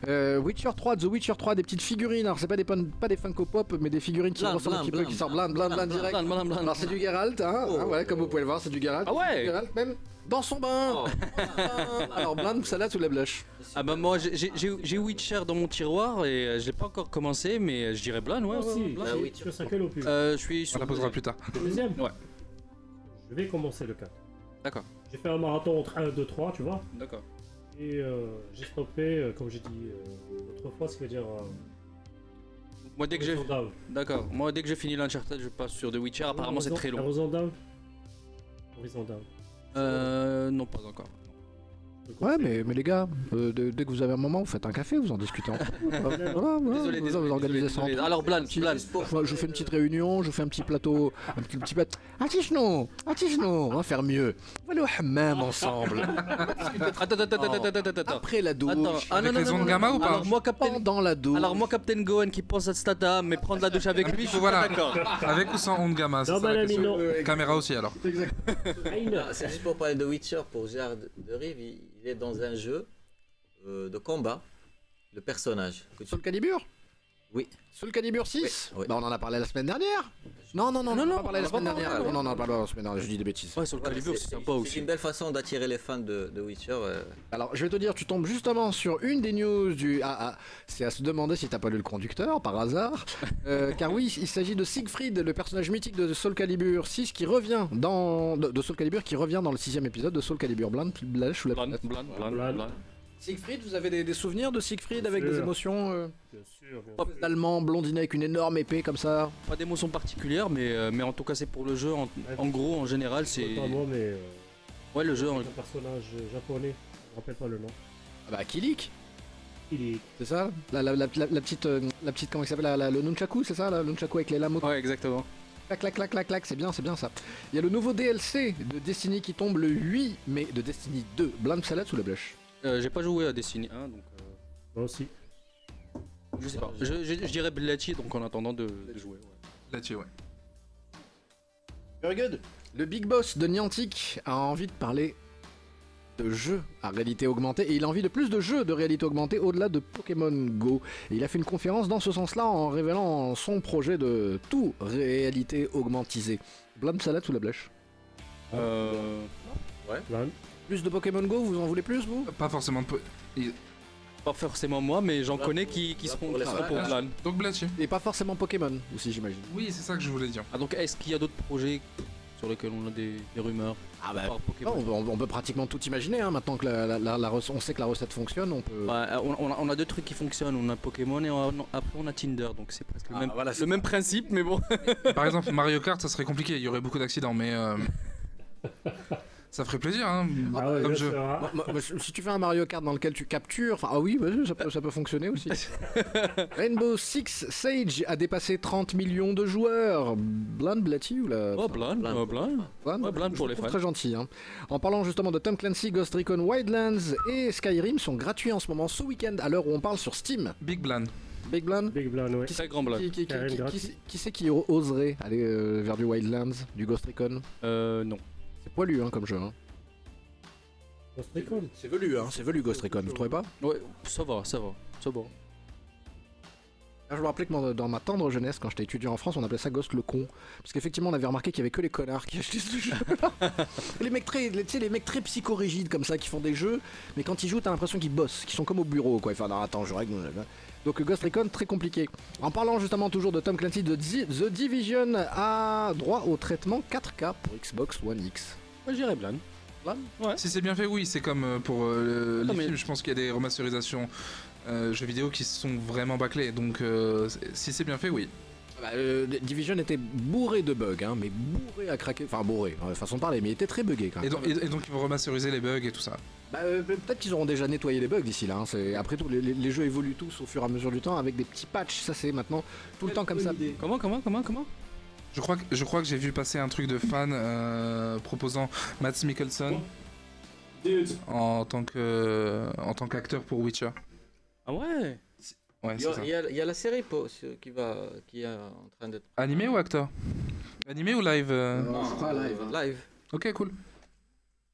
Euh, Witcher 3, The Witcher 3, des petites figurines. Alors, c'est pas des, pon- pas des Funko Pop, mais des figurines qui
Blin,
ressemblent un
blin,
petit peu,
blin,
qui sortent blind, blind, blind
blin,
direct.
Blinde, blinde, blinde. Oh.
Alors, c'est du Geralt, hein, hein, ouais, comme vous pouvez le voir, c'est du Geralt.
Ah ouais Oh.
Geralt, même dans son bain. Alors, blind, salade sous la blâche.
Ah bah moi j'ai- j'ai j'ai- j'ai Witcher dans mon tiroir et euh, je l'ai pas encore commencé mais euh, je dirais Blan ouais.
Moi
ouais, ouais,
aussi,
Blan.
Bah oui,
je suis sur quel opus
Euh, je suis
On
sur
la posera plus tard.
Le Deuxième
ouais.
Je vais commencer le 4.
D'accord.
J'ai fait un marathon entre 1, 2, 3, tu vois.
D'accord.
Et euh, j'ai stoppé, euh, comme j'ai dit euh, autrefois, ce qui veut dire. euh,
Moi dès que j'ai
Horizon Down.
d'accord moi dès que j'ai fini l'Uncharted je passe sur The Witcher apparemment c'est
Horizon-
très long.
Horizon Down Horizon Down.
Euh non pas encore.
Je te
Ouais,
conseille.
mais, mais les gars, euh, dès, dès que vous avez un moment, vous faites un café, vous en discutez entre vous. Voilà, voilà,
Désolé
vous,
désolé.
vous organisez
désolé,
ça
désolé.
entre
Alors Blan
Petit-
Blan
Moi, je vous fais une petite réunion, je vous fais un petit plateau, un petit, petit plateau. Ah, Attention, attention, on va faire mieux. On va aller au hammam ensemble.
Attends attends attends attends attends attends. attends.
Après la douche,
Attends, ah non,
Avec
non,
les
non,
ondes
non,
gamma
non.
ou pas
Alors moi, Captain...
pendant la douche.
Alors moi, Captain Gohan qui pense à Statham, mais prendre la douche avec lui, je suis
Ah, Voilà.
pas d'accord.
Avec ou sans onde gamma c'est
Non,
ça la
madame,
question.
non.
Caméra aussi alors.
Rainer.
Ah, C'est juste pour parler de Witcher, pour Gérard de Rive, il, il est dans un jeu euh, de combat, le personnage. Que tu-
Soul Calibur
Oui.
Soul Calibur 6
Oui, oui.
Bah, on en a parlé la semaine dernière. Non, non, non, non, on en a pas parlé la semaine dernière. Non, non, non, pas la semaine dernière, je dis des bêtises.
Ouais, sur le
Voilà,
Calibur,
c'est-
c'est sympa
C'est
aussi.
une belle façon d'attirer les fans de, de Witcher. euh.
Alors, je vais te dire, tu tombes justement sur une des news du. Ah, ah, c'est à se demander si t'as pas lu le conducteur, par hasard. Euh, car oui, il s'agit de Siegfried, le personnage mythique de Soul Calibur 6 qui revient dans. de, de Soul Calibur qui revient dans le sixième épisode de Soul Calibur Blind, Blash ou la
Blan, Blan, Blan,
Blan.
Blan.
Siegfried, vous avez des, des souvenirs de Siegfried avec
sûr.
des émotions euh,
Bien sûr, bien
pop
sûr.
allemand, blondiné avec une énorme épée comme ça
Pas d'émotion particulière, mais, euh, mais en tout cas, c'est pour le jeu. En, en gros, en général, c'est.
Pas moi, mais. euh,
Ouais, le jeu. en-
un personnage japonais, je me rappelle pas le nom.
Ah Bah, Kilik
il est.
C'est ça la, la, la, la- la petite, euh, la petite, comment il s'appelle la- la- Le nunchaku, c'est ça Le nunchaku avec les lames au-
Ouais, exactement.
Clac, clac, clac, clac, clac, c'est bien, c'est bien ça. Il y a le nouveau DLC de Destiny qui tombe le 8 mai de Destiny 2. Blinde salade sous la blush.
Euh, j'ai pas joué à Destiny 1, donc. euh,
Moi aussi.
je sais pas. Je, je- je dirais Blatchy, donc en attendant de, de jouer. ouais.
Là-dessus, ouais.
Very good.
Le big boss de Niantic a envie de parler de jeux à réalité augmentée et il a envie de plus de jeux de réalité augmentée au-delà de Pokémon Go. Et il a fait une conférence dans ce sens-là en révélant son projet de tout réalité augmentisée. Blâme salade sous la blèche.
Ah,
Euh,
Lan.
Plus de Pokémon Go, vous en voulez plus vous
Pas forcément de. po-
pas forcément moi, mais j'en
Là,
connais
pour-
qui, qui
là,
seront
pour les
qui seront pour
fans.
Blan.
Donc Blatchy.
Et pas forcément Pokémon aussi j'imagine.
Oui, c'est ça que je voulais dire.
Ah, donc est-ce qu'il y a d'autres projets sur lesquels on a des, des rumeurs
Ah bah
par
Non,
Pokémon
on, peut, on peut- on peut pratiquement tout imaginer hein, maintenant que la, la- la- la rec- on sait que la recette fonctionne, on peut.
Bah, on, on a, on a deux trucs qui fonctionnent, on a Pokémon et on a- après on a Tinder, donc c'est presque le
Ah,
même,
voilà,
le même principe, mais bon.
Par exemple, Mario Kart, ça serait compliqué, il y aurait beaucoup d'accidents, mais. euh, ça ferait plaisir, hein
Ah ouais,
comme
là,
jeu.
c'est rare.
Moi- moi- moi, si si tu fais un Mario Kart dans lequel tu captures, enfin, ah oui, vas-y, ça peut, ça peut fonctionner aussi. Rainbow Six Sage a dépassé 30 millions de joueurs. Blind Blatty ou la.
Oh, Blan,
Blan.
oh, Blan.
Blind,
ouais, Blind
Je
pour
le
les
trouve
fans.
Très gentil. hein. En parlant justement de Tom Clancy, Ghost Recon Wildlands et Skyrim sont gratuits en ce moment ce week-end à l'heure où on parle sur Steam.
Big Blan.
Big Blind
Big Blan, ouais.
Qui
Très grand Blan.
qui, qui, qui,
Skyrim
qui-
gratuit.
qui- qui c'est qui oserait aller euh, vers du Wildlands, du Ghost Recon
Euh, non.
C'est poilu hein, comme jeu. hein.
On se récolte.
C'est velu, hein, c'est velu Ghost Recon, vous trouvez pas
Ouais, ça va, ça va, ça va.
Ah, Je me rappelais que dans, dans ma tendre jeunesse, quand j'étais étudiant en France, on appelait ça Ghost le con. Parce qu'effectivement, on avait remarqué qu'il y avait que les connards qui achetaient ce jeu. les mecs très, les, tu sais, les mecs très psychorigides comme ça, qui font des jeux, mais quand ils jouent, t'as l'impression qu'ils bossent, qu'ils sont comme au bureau, quoi. Ils font, non, attends, je règle. blablabla. Donc Ghost Recon, très compliqué. En parlant justement toujours de Tom Clancy, de Di- The Division a droit au traitement 4K pour Xbox One X.
Moi j'irais Blan.
Si c'est bien fait, oui, c'est comme euh, pour euh, le-
Non,
les
mais-
films, je pense qu'il y a des remasterisations euh, jeux vidéo qui sont vraiment bâclés, donc euh, c'est- si c'est bien fait, oui.
Bah, euh, Division était bourré de bugs, hein, mais bourré à craquer. Enfin, bourré, euh, façon de parler, mais il était très bugué quand même.
Et donc, et- et donc ils vont remasteriser les bugs et tout ça.
Bah, euh, peut-être qu'ils auront déjà nettoyé les bugs d'ici là. hein, c'est- Après tout, les, les- les jeux évoluent tous au fur et à mesure du temps avec des petits patchs. Ça, c'est maintenant tout le temps comme ça.
Comment, comment, comment, comment
Je crois que, je crois que j'ai vu passer un truc de fan euh, proposant Matt Mikkelsen en tant que en tant qu'acteur pour Witcher.
Ah ouais
Ouais,
Il y,
c'est ça.
a, il y a- il y a la série pour- sur- qui, va, qui est en train d'être.
Animé ou acteur Animé ou live euh
Non, je crois live. hein.
Live.
Ok, cool.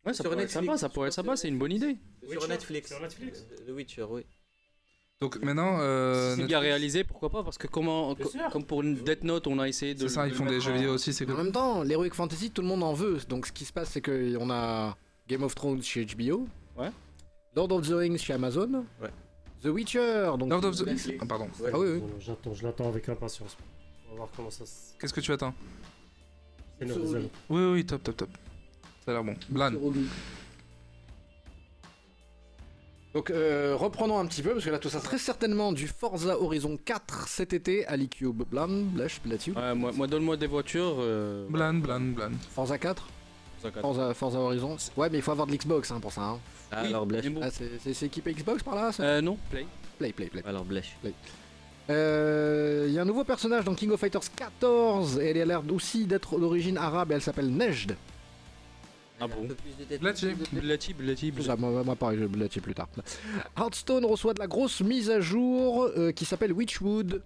Ouais, ça
Sur
pourrait être
Netflix,
sympa, ça pourrait être
sur
sympa, c'est une bonne idée.
Sur Netflix.
Sur Netflix.
The Witcher, oui.
Donc maintenant, euh,
si c'est
Netflix-
bien réalisé, pourquoi pas Parce que comment, co- comme pour une Death Note, on a essayé de.
c'est ça,
le
ils font
mettre
des jeux
en-
vidéo aussi, c'est
En
cool.
même temps, l'Heroic Fantasy, tout le monde en veut. Donc, ce qui se passe, c'est qu'on a Game of Thrones chez HBO.
Ouais.
Lord of the Rings chez Amazon.
Ouais.
The Witcher. Donc,
Lord of the...
Netflix.
Ah, pardon.
Ah oui, oui.
Bon, J'attends, je l'attends avec impatience. On va voir comment ça se
Qu'est-ce que tu attends
scénarise.
Oui, oui, oui, top, top, top. Ça a l'air bon. Blan.
Donc euh, reprenons un petit peu, parce que là tout ça très certainement du Forza Horizon 4 cet été à l'E-Cube. Blam, blèche, platine.
Ouais, moi, moi, donne-moi des voitures. euh,
Blan, blan, blan.
Forza 4
ça, quatre.
Forza, Forza Horizon Ouais mais il faut avoir de l'Xbox hein, pour ça. hein.
Oui,
Alors blèche.
mais bon.
Ah, c'est- c'est c'est équipé Xbox par là ça
Euh, non, Play.
Play, play, play.
Alors blèche.
Euh, Il y a un nouveau personnage dans King of Fighters 14 et elle a l'air aussi d'être d'origine arabe et elle s'appelle Nejd.
Ah bon
Un peu plus de tête.
Blatchy.
Blatty, Blatty,
Plus
Blatty.
ça, moi, moi, pareil, je vais là-dessus plus tard. Hearthstone reçoit de la grosse mise à jour euh, qui s'appelle Witchwood.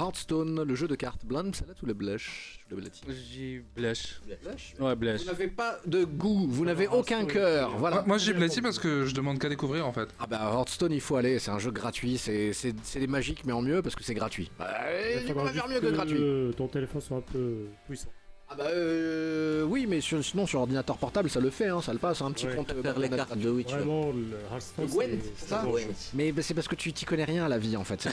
Hearthstone, le jeu de cartes blinde, celle-là tout le blush. Le blush.
J'ai Blech.
Blush.
Ouais,
Vous
Blech.
n'avez pas de goût, vous n'avez
Hearthstone,
aucun
oui.
cœur, voilà.
Moi, moi, j'ai Blatty parce que je demande qu'à découvrir en fait.
Ah bah Hearthstone, il faut aller, c'est un jeu gratuit, c'est c'est- c'est des magiques mais en mieux parce que c'est gratuit. Bah,
Il
il
faudra
va faire
juste
mieux que gratuit.
euh, Ton téléphone soit un peu puissant.
Ah bah euh, oui, mais sur- sinon sur ordinateur portable ça le fait, hein, ça le passe, un petit
Ouais.
compte.
Faire les cartes de Witcher.
Vraiment, le Hearthstone.
Le Gwent,
c'est-
c'est ça
bon
Ouais.
jeu.
Mais bah, c'est parce que tu t'y connais rien à la vie en fait.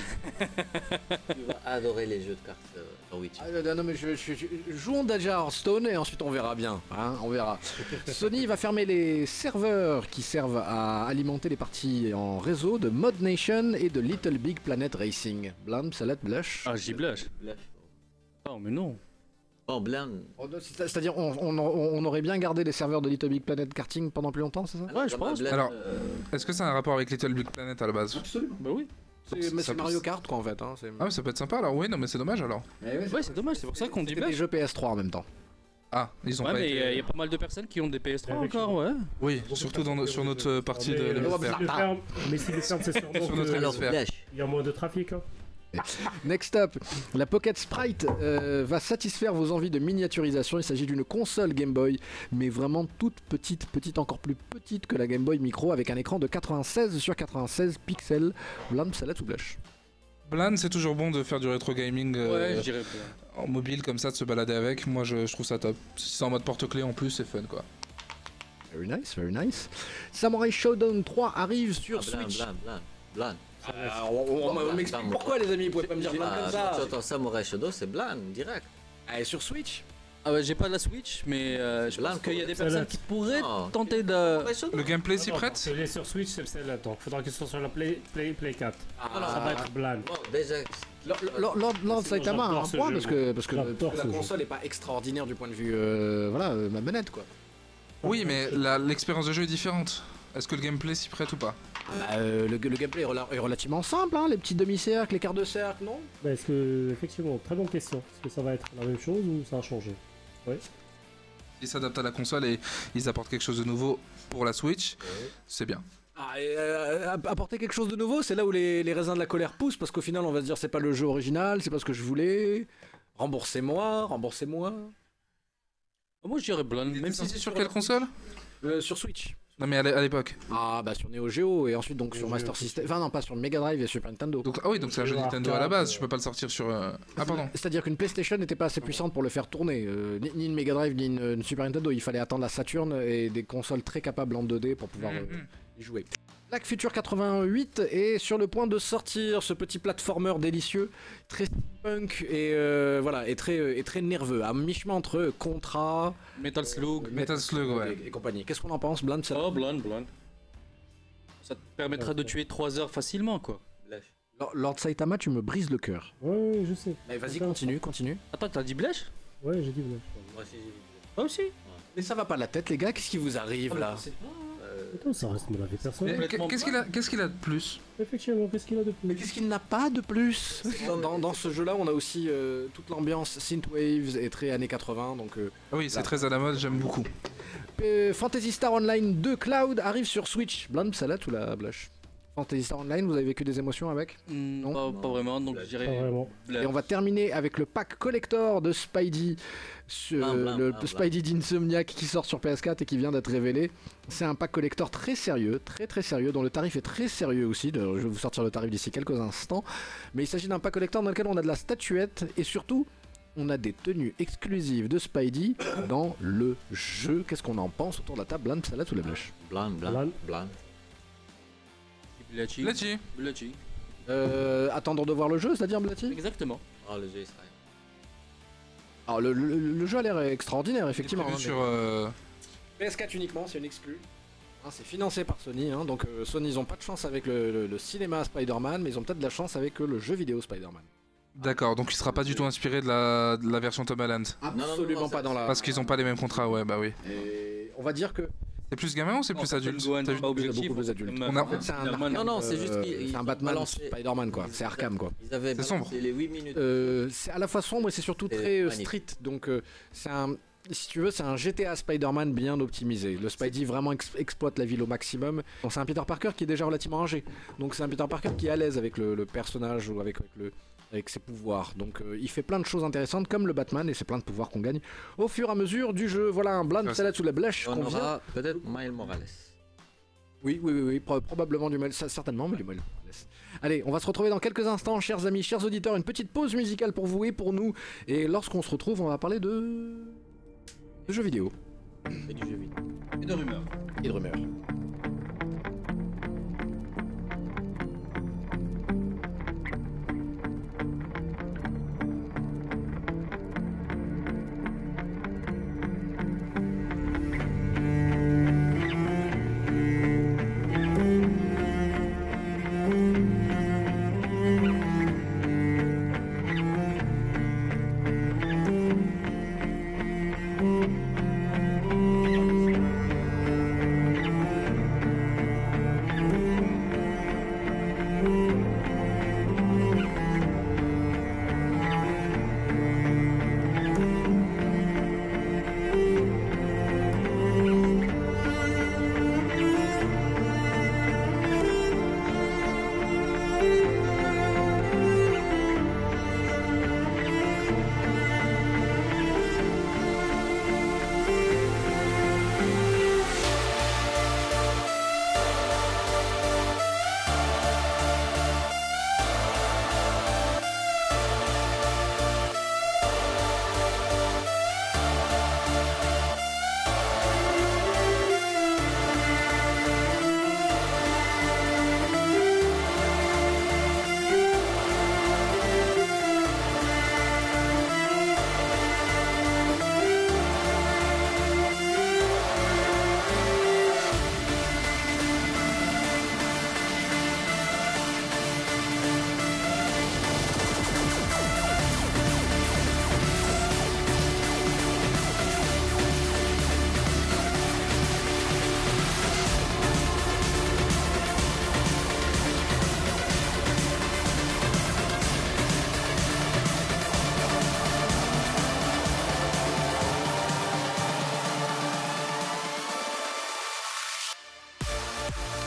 Tu vas adorer les jeux de cartes euh, dans Witcher.
Ah, non, non, mais je, je- je- jouons déjà à Hearthstone et ensuite on verra bien. hein, on verra. Sony va fermer les serveurs qui servent à alimenter les parties en réseau de Mod Nation et de Little Big Planet Racing. Blam, salade, blush.
Ah, j'ai Blech.
Blèche.
Oh, mais non.
Ah,
Bon, Blind.
C'est-à-dire, on, on- on aurait bien gardé les serveurs de Little Big Planet Karting pendant plus longtemps, c'est ça
Alors,
je
comme un
pense.
Blind,
Alors,
euh,
Est-ce que ça a un rapport avec Little Big Planet à la base
Absolument.
Bah oui.
C'est mais
ça
c'est
peut-
Mario Kart, quoi, en fait. Hein. c'est-
Ah, mais ça peut être sympa alors. Oui, non, mais c'est dommage alors.
Eh ouais,
Ouais, c'est dommage, c'est pour ça qu'on dit
C'était des jeux PS3 en même temps.
Ah, ils ont
Ouais,
pas
mais euh,
été-
il y a pas mal de personnes qui ont des PS3
Avec-
encore, ouais.
Oui, surtout dans no- sur notre partie de
Mais, euh,
l'hémisphère.
si le ferme- Mais si le ferme, c'est sûrement
Sur notre
que-
alors,
hémisphère.
Flash.
il y a moins de trafic. Hein.
Next up, la Pocket Sprite euh, va satisfaire vos envies de miniaturisation. Il s'agit d'une console Game Boy, mais vraiment toute petite, petite encore plus petite que la Game Boy Micro, avec un écran de 96 sur 96 pixels. Blam, salade ou blush.
Blan, c'est toujours bon de faire du rétro gaming euh,
Ouais, je dirais.
en mobile comme ça, de se balader avec. Moi, je, je trouve ça top. Si c'est en mode porte-clés en plus, c'est fun quoi.
Very nice, very nice. Samurai Showdown 3 arrive sur
Ah, Blind,
Switch.
Blind, Blind, Blind.
Ah, on
on- on m'explique
m'explique
pourquoi,
pourquoi, les amis, vous pouvez pas me dire
Ah,
comme ça.
tu entends Samurai Shodown, c'est Blind, direct.
sur Switch
Ah ouais, j'ai pas la Switch, mais euh, je
Là,
pense qu'il y a des
ça, là.
personnes qui pourraient
Non.
tenter de.
Samurai Shodown.
Le gameplay s'y
Non, non,
prête
Celui sur Switch, c'est celle-là. Donc, faudra qu'il soit sur la Play, Play, Play 4.
Ah.
Ça va être Blind.
Bon, déjà,
Lord, Lord- Lord
Sinon,
Saitama a un
j'adore ce
point
jeu,
parce
moi.
que, parce que
J'adore
parce
ce
que la
jeu.
console n'est pas extraordinaire du point de vue euh, voilà, euh, ma manette quoi.
Oui, mais la- l'expérience de jeu est différente. Est-ce que le gameplay s'y prête ou pas
Bah, euh, le, le gameplay est rela- est relativement simple, hein, les petits demi-cercles, les quarts de cercle, non
Bah, est-ce que, effectivement, très bonne question. Est-ce que ça va être la même chose ou ça a changé
Ils s'adaptent à la console et ils apportent quelque chose de nouveau pour la Switch. C'est bien.
Ah, et, euh, app- apporter quelque chose de nouveau, c'est là où les, les raisins de la colère poussent, parce qu'au final, on va se dire c'est pas le jeu original, c'est pas ce que je voulais. Remboursez-moi, remboursez-moi.
Moi, je dirais Blonde, même si c'est
sur quelle console
Euh, sur Switch.
Non, mais à l'é- à l'époque.
Ah bah sur Neo Geo et ensuite donc sur Master System. Enfin non, pas sur Mega Drive et Super Nintendo.
Donc, ah oui, donc c'est un jeu
Arcade,
Nintendo à la base.
euh.
Je peux pas le sortir sur. euh, Ah, pardon.
C'est-à-dire qu'une PlayStation n'était pas assez puissante pour le faire tourner, euh, ni, ni une Mega Drive ni une, une Super Nintendo. Il fallait attendre la Saturn et des consoles très capables en 2D pour pouvoir euh,
Mhm.
y jouer. Black Future 88 est sur le point de sortir, ce petit platformer délicieux, très punk et euh, voilà et très euh, et très nerveux, à mi-chemin entre Contra,
Metal Slug.
Metal Slug, ouais.
et, et compagnie. Qu'est-ce qu'on en pense, Blind ça-
Oh, Blonde, Blonde. Ça te permettra de tuer 3 heures facilement, quoi.
Flash.
Lord- Lord Saitama, tu me brises le cœur.
Ouais, ouais, je sais.
Mais vas-y, continue, continue.
Attends, t'as dit Blech
Ouais, j'ai dit Blind.
Moi aussi, j'ai dit.
Moi aussi. Oh,
Mais ça va pas la tête, les gars. Qu'est-ce qui vous arrive là
Attends, ça reste mon avis personnel.
Mais
Complètement
Qu'est-ce qu'il a, qu'est-ce qu'il a de plus
Effectivement, qu'est-ce qu'il a de plus
Mais qu'est-ce qu'il n'a pas de plus
C'est
dans,
comme-
dans- dans ce jeu-là, on a aussi euh, toute l'ambiance synthwaves et très années 80. Donc, euh,
Ah oui, c'est
Là.
très à la mode, j'aime beaucoup.
Euh, Fantasy Star Online 2 Cloud arrive sur Switch. Blind salade ou la blush Fantasy Star Online, vous avez vécu des émotions avec
Hmm,
Mm, Non.
pas, pas vraiment, donc je
Pas
dirais
vraiment.
Et on va terminer avec le pack collector de Spidey, ce-
Blam, blam,
le
blam, blam.
Spidey d'Insomniac qui sort sur PS4 et qui vient d'être révélé. C'est un pack collector très sérieux, très très sérieux, dont le tarif est très sérieux aussi. de- Je vais vous sortir le tarif d'ici quelques instants. Mais il s'agit d'un pack collector dans lequel on a de la statuette et surtout. On a des tenues exclusives de Spidey dans le jeu. Qu'est-ce qu'on en pense autour de la table Blind, salade ou la blush
Blind,
Blind.
Blind, Blind.
Blachi.
Letty
Blachi.
Euh, attendre de voir le jeu, c'est-à-dire Blati
Exactement.
Oh, le jeu israélien.
Alors le, le- le jeu a l'air extraordinaire, effectivement. hein,
sur. euh,
mais- PS4 uniquement, c'est une exclue. Hein, c'est financé par Sony, hein, donc euh, Sony ils ont pas de chance avec le, le- le cinéma Spider-Man, mais ils ont peut-être de la chance avec euh, le jeu vidéo Spider-Man.
D'accord, donc il sera pas du tout inspiré de la, de la version Tom Holland.
Ah,
non, non,
Absolument
non,
pas
ça-
dans la.
Parce qu'ils ont pas les mêmes contrats, ouais, bah oui.
Et on va dire que
C'est plus gamin ou c'est plus adulte T'as vu-
pas
objectif,
objectif.
beaucoup plus adulte.
On a-
c'est un
euh, Non, non, c'est juste
euh,
qu'ils.
c'est
ils
un
ont
Batman
balancé-
Spider-Man quoi,
ils-
c'est Arkham quoi.
Ils avaient
C'est sombre.
balancé les 8 minutes.
Euh, c'est à la fois sombre et c'est surtout
C'est
très euh,
magnifique.
street. Donc, euh, c'est un, si tu veux, c'est un GTA Spider-Man bien optimisé. Le Spidey vraiment ex- exploite la ville au maximum. Bon, c'est un Peter Parker qui est déjà relativement âgé. Donc, c'est un Peter Parker qui est à l'aise avec le, le personnage ou avec, avec le avec ses pouvoirs. Donc euh, il fait plein de choses intéressantes comme le Batman et c'est plein de pouvoirs qu'on gagne au fur et à mesure du jeu. Voilà un blind
Ouais,
salade sous la blèche
on
qu'on vient-
aura peut-être Miles Morales.
oui, oui, oui, oui, pro- probablement du mal, ça, certainement, mais du mal. Laisse. Allez, on va se retrouver dans quelques instants, chers amis, chers auditeurs, une petite pause musicale pour vous et pour nous. Et lorsqu'on se retrouve, on va parler de. de jeux vidéo
C'est du jeu vidéo.
de rumeur.
et de rumeurs.
Thank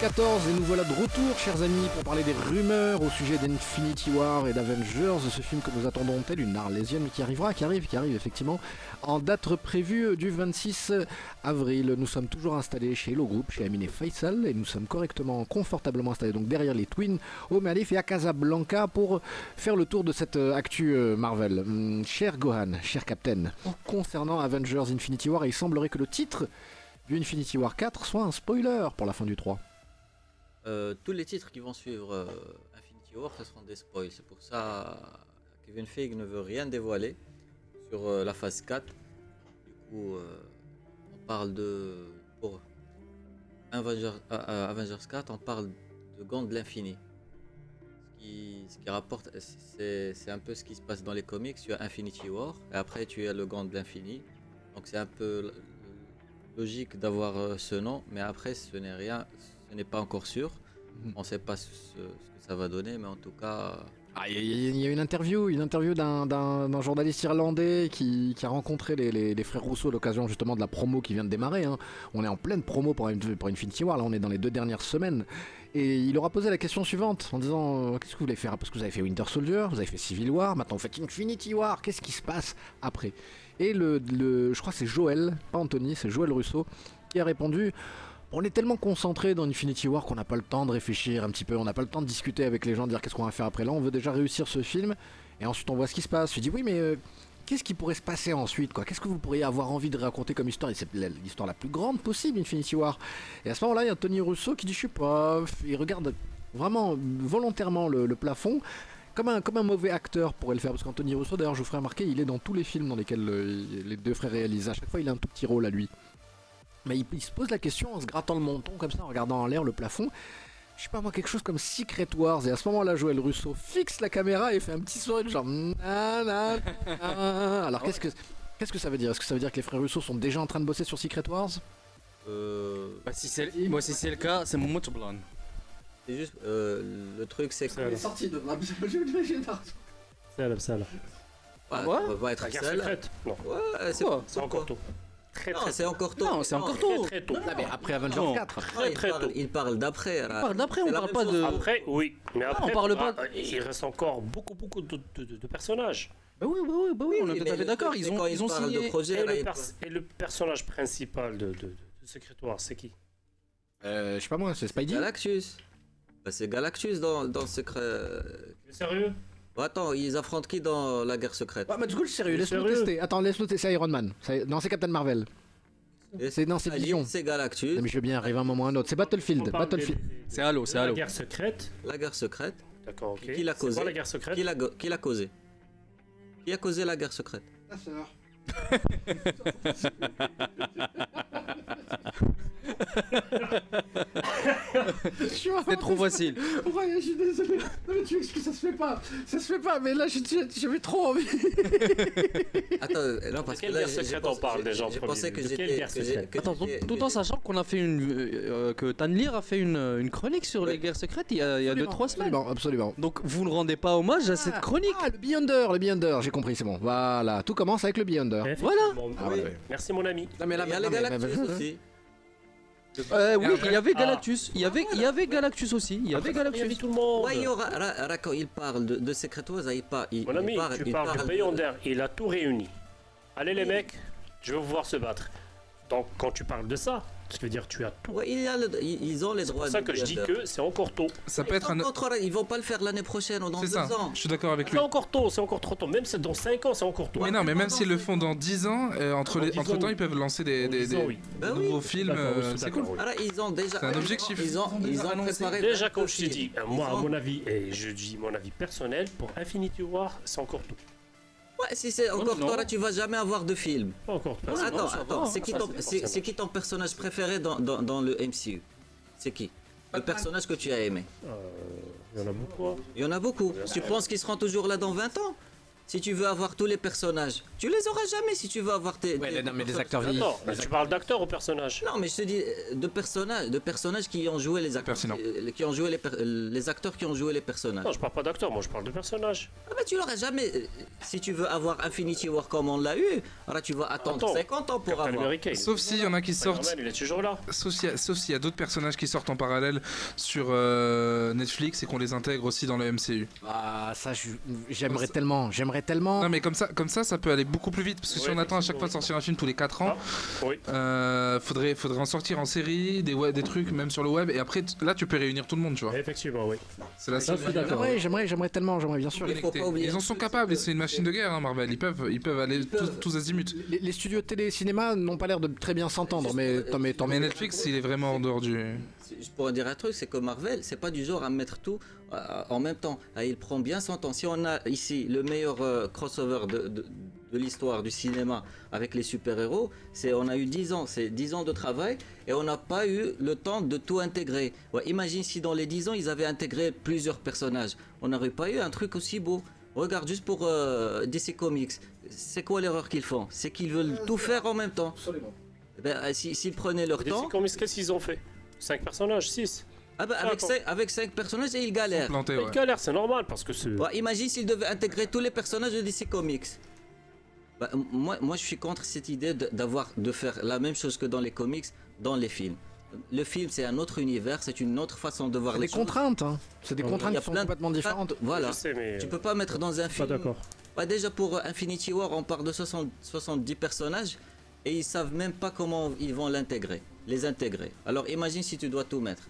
14 et nous voilà de retour, chers amis, pour parler des rumeurs au sujet d'Infinity War et d'Avengers, ce film que nous attendons tel une arlésienne qui arrivera, qui arrive, qui arrive effectivement, en date prévue du 26 avril. Nous sommes toujours installés chez Hello Group, chez Amine et Faisal, et nous sommes correctement, confortablement installés donc derrière les Twins, au Malif et à Casablanca pour faire le tour de cette euh, actu euh, Marvel. Hum, cher Gohan, cher Captain, concernant Avengers Infinity War, il semblerait que le titre du Infinity War 4 soit un spoiler pour la fin du 3.
Euh, tous les titres qui vont suivre euh, Infinity War, ce seront des spoils. C'est pour ça que Kevin Feige ne veut rien dévoiler sur euh, la phase 4. Du coup, euh, on parle de. Pour Avengers, euh, euh, Avengers 4, on parle de Gant de l'infini. Ce qui, ce qui rapporte. C'est c'est un peu ce qui se passe dans les comics. Tu as Infinity War, et après tu as le Gant de l'infini. Donc c'est un peu l- logique d'avoir euh, ce nom, mais après ce n'est rien, ce n'est pas encore sûr.
Mhm.
On ne sait pas ce, ce que ça va donner, mais en tout cas,
Ah, Il y, a- il y a- il y a une interview, une interview d'un- d'un d'un journaliste irlandais qui, qui a rencontré les, les- les frères Rousseau à l'occasion justement de la promo qui vient de démarrer. hein. On est en pleine promo pour, une- pour Infinity War, là on est dans les deux dernières semaines. Et il leur a posé la question suivante en disant euh, Qu'est-ce que vous voulez faire Parce que vous avez fait Winter Soldier, vous avez fait Civil War, maintenant vous faites Infinity War, qu'est-ce qui se passe après Et le, le- je crois que c'est Joël, pas Anthony, c'est Joël Rousseau qui a répondu on est tellement concentré dans Infinity War qu'on n'a pas le temps de réfléchir un petit peu, on n'a pas le temps de discuter avec les gens, de dire qu'est-ce qu'on va faire après là, on veut déjà réussir ce film, et ensuite on voit ce qui se passe. Je dis oui mais euh, qu'est-ce qui pourrait se passer ensuite quoi Qu'est-ce que vous pourriez avoir envie de raconter comme histoire Et c'est la- l'histoire la plus grande possible, Infinity War. Et à ce moment-là, il y a Tony Russo qui dit je suis pas, il regarde vraiment volontairement le, le plafond. Comme un, comme un mauvais acteur pourrait le faire, parce qu'Anthony Russo, d'ailleurs, je vous ferai remarquer, il est dans tous les films dans lesquels euh, il- les deux frères réalisent. À chaque fois, il a un tout petit rôle à lui. Mais il, il se pose la question en se grattant le menton comme ça, en regardant en l'air le plafond. Je sais pas moi, quelque chose comme Secret Wars. Et à ce moment-là, Joël Russo fixe la caméra et fait un petit sourire du genre. Na, na, na. Alors qu'est-ce que qu'est-ce que ça veut dire Est-ce que ça veut dire que les frères Russo sont déjà en train de bosser sur Secret Wars
euh,
Bah, si c'est moi, si c'est le cas, c'est mon mot de blâme.
c'est juste euh, le truc, c'est que
C'est
ça
Sorti de
C'est à la salle.
ouais
va pas être
La guerre
seul.
secrète Non,
Ouais, c'est
Quoi
c'est encore tôt. Très
Non,
très
c'est encore tôt.
Non, c'est encore tôt.
très tôt.
Ah, mais après Avengers
Non.
4.
Ouais, il
très
parle-
tôt.
Il parle d'après. là.
On parle d'après, on
C'est la
parle
même
pas
chose.
de.
Après, oui, mais
Ah, on
après,
parle pas-
ah, il reste encore beaucoup, beaucoup de, de- de- de personnages.
Bah oui, bah oui, bah oui, on est tout à
Mais
fait
le
d'accord.
truc,
Ils
c'est
ont,
quand
ils ont
parle de
signé.
projet,
Et
là,
le,
il-
pers- et le personnage principal de, de, de, de Secret Wars, c'est qui
Euh, je sais pas moi, c'est Spidey.
Bah Galactus. Bah, c'est Galactus dans, dans Secret. euh,
Sérieux
Bon, attends, ils affrontent qui dans la guerre secrète
Ouais, mais du coup, je suis sérieux, laisse-nous
Sérieux
tester. Attends, laisse-nous tester. C'est Iron Man. C'est- Non, c'est Captain Marvel.
Et
C'est non, c'est
Alien,
Vision.
Ah, C'est
Non,
Galactus.
mais je veux bien arriver à un moment ou à un autre. C'est Battlefield.
On parle
Battlefield.
des- des- des-
C'est Halo, c'est
La
Halo.
guerre secrète.
La guerre secrète.
D'accord, ok.
Qui l'a
C'est
causé
quoi la guerre secrète
Qui l'a, go- qui l'a causé Qui a causé la guerre secrète
C'est trop facile.
Ouais, je suis désolé. Non, mais tu m'excuses, ça se fait pas. Ça se fait pas, mais là, je- je- j'avais trop envie.
Attends, euh, non, parce
quelle
que là,
guerre
j'ai-
secrète
j'ai pensé-
on parle
j'ai-
déjà en
J'ai
premier
pensé que
lieu De quelle
j'étais.
guerre
que j'ai-
secrète
que
Attends, tout,
j'étais-
tout en sachant qu'on a fait une. euh, euh, que Tanlir a fait une, euh, une chronique sur les
Ouais.
guerres secrètes il y a, il y a deux, trois semaines.
Absolument, absolument.
Donc vous ne rendez pas hommage à cette chronique.
Ah, le Beyonder, le Beyonder, j'ai compris, c'est bon. Voilà, tout commence avec le Beyonder.
Voilà.
Bon, bah,
Ah, ouais, ouais.
Merci mon ami.
Non, mais
Il y a les Galactus aussi.
Euh, oui, il y avait
Ah.
Galactus. Il y avait, il y avait Galactus aussi. Il y avait
Il y avait
Galactus.
tout le monde.
Ouais, il y aura- là- là, quand il parle de, de Secret Wars, là, il, par- il,
Mon
il
ami,
parle.
tu
il
parles
parle
du
de-
Bayonder, il a tout réuni. Allez les mecs, je veux vous voir se battre. Donc quand tu parles de ça, ça veut dire que tu as tout.
Ouais, il y a le- ils ils ont les
C'est pour
droits.
ça
du
que je dis
Bayonder.
que c'est encore tôt.
Ça peut
Ils
être
sont
un.
encore- ils vont pas le faire l'année prochaine ou dans
C'est
deux
ça,
ans.
je suis d'accord avec
C'est
lui.
encore tôt, c'est encore trop tôt. Même si dans 5 ans, c'est encore tôt.
Mais non, mais même s'ils le font dans 10 ans, euh, entre,
Dans
les,
10 ans,
entre temps,
oui.
ils peuvent lancer des,
Dans
des,
dix ans,
des
oui.
Ben oui.
nouveaux films.
D'accord,
euh,
je suis
c'est cool.
d'accord, oui.
Alors, ils ont déjà.
C'est un objectif.
Ils ont, ils
Ils
ont,
ont annoncé.
préparé.
Déjà,
vingt-deux
comme je t'ai
films.
dit, euh,
Ils
moi, à
ont-
mon avis, et je dis mon avis personnel, pour Infinity War, c'est encore tôt.
Ouais, si c'est encore
non.
toi là, tu vas jamais avoir de film.
Pas encore tôt.
Ouais,
attends,
non, ça
attends,
va,
c'est qui,
ça,
ton-
Ah, c'est pas
c'est-
forcément.
c'est qui ton personnage préféré dans, dans, dans le MCU C'est qui Le personnage que tu as aimé
Euh, Il y en a beaucoup. hein.
Il y en a beaucoup. Tu penses qu'ils seront toujours là dans 20 ans si tu veux avoir tous les personnages. Tu les auras jamais si tu veux avoir tes.
Ouais,
tes-
non, mais des acteurs vieillis.
Attends,
Des
tu
acteurs-
parles d'acteur ou personnage
Non, mais je te dis euh, de personnages, de personnages qui ont joué les acteurs, euh,
Pertinent.
qui ont joué les, per- euh, les acteurs qui ont joué les personnages.
Non, je parle pas d'acteur, moi je parle de personnage.
Ah bah, tu l'auras jamais. euh, Si tu veux avoir Infinity War comme on l'a eu, alors tu vas attendre
Attends,
50 ans pour
Captain
avoir.
America, il-
Sauf s'il y en a qui sortent.
Spider-Man, il est toujours là.
Sauf s'il y a- sauf s'il y a d'autres personnages qui sortent en parallèle sur euh, Netflix et qu'on les intègre aussi dans le MCU.
Ah, ça, je- j'aimerais tellement, j'aimerais tellement.
Non mais comme ça, comme ça, ça peut aller beaucoup plus vite parce que si
Ouais, Ah.
on attend à chaque
effectivement,
fois de
oui.
sortir un film tous les 4 ans,
oui.
euh, faudrait, faudrait en sortir en série, des, web- des trucs même sur le web et après t- là tu peux réunir tout le monde, tu vois.
Effectivement, oui.
C'est la
Ça,
seule.
je suis
manière
d'accord.
de
Ah J'aimerais, j'aimerais, j'aimerais tellement, j'aimerais bien sûr.
Il faut pas
connecter.
oublier
Ils en
un
sont
truc,
capables, et
c'est que-
c'est une machine de guerre, hein, Marvel. Ils peuvent, ils peuvent aller
Ils peuvent.
tous, tous azimuts.
Les, les studios de télé et cinéma n'ont pas l'air de très bien s'entendre, mais tant mais tant
Mais
mieux.
Netflix, il est vraiment en dehors du.
C'est- Je pourrais dire un truc, c'est que Marvel, c'est pas du genre à mettre tout euh, en même temps. Ah, Il prend bien son temps. Si on a ici le meilleur euh, crossover de, de- de l'histoire du cinéma avec les super-héros, c'est on a eu 10 ans, c'est 10 ans de travail et on n'a pas eu le temps de tout intégrer. Ouais, imagine si dans les 10 ans, ils avaient intégré plusieurs personnages. On n'aurait pas eu un truc aussi beau. Regarde juste pour euh, DC Comics. C'est quoi l'erreur qu'ils font C'est qu'ils veulent tout faire en même temps.
Absolument.
Eh ben, euh, si- S'ils prenaient leur
DC
temps,
Comics, qu'est-ce qu'ils ont fait 5 personnages, 6.
ah bah,
Ah,
avec,
bon.
cinq, avec cinq personnages et il galère.
Planté, ouais.
Ils galèrent, c'est normal parce que c'est.
Ouais, Bah, imagine s'il devait intégrer tous les personnages de DC Comics. Bah, m- moi, moi, je suis contre cette idée de- d'avoir de faire la même chose que dans les comics, dans les films. Le film, c'est un autre univers, c'est une autre façon de voir
C'est
les
des
choses.
contraintes, hein. C'est des
Il y a
contraintes qui sont
plein de-
complètement différentes.
Voilà.
Je sais, mais.
Tu peux pas mettre dans un
Pas
film.
d'accord.
Bah, déjà pour euh, Infinity War, on part de 60 70 personnages et ils savent même pas comment ils vont l'intégrer, les intégrer. Alors imagine si tu dois tout mettre.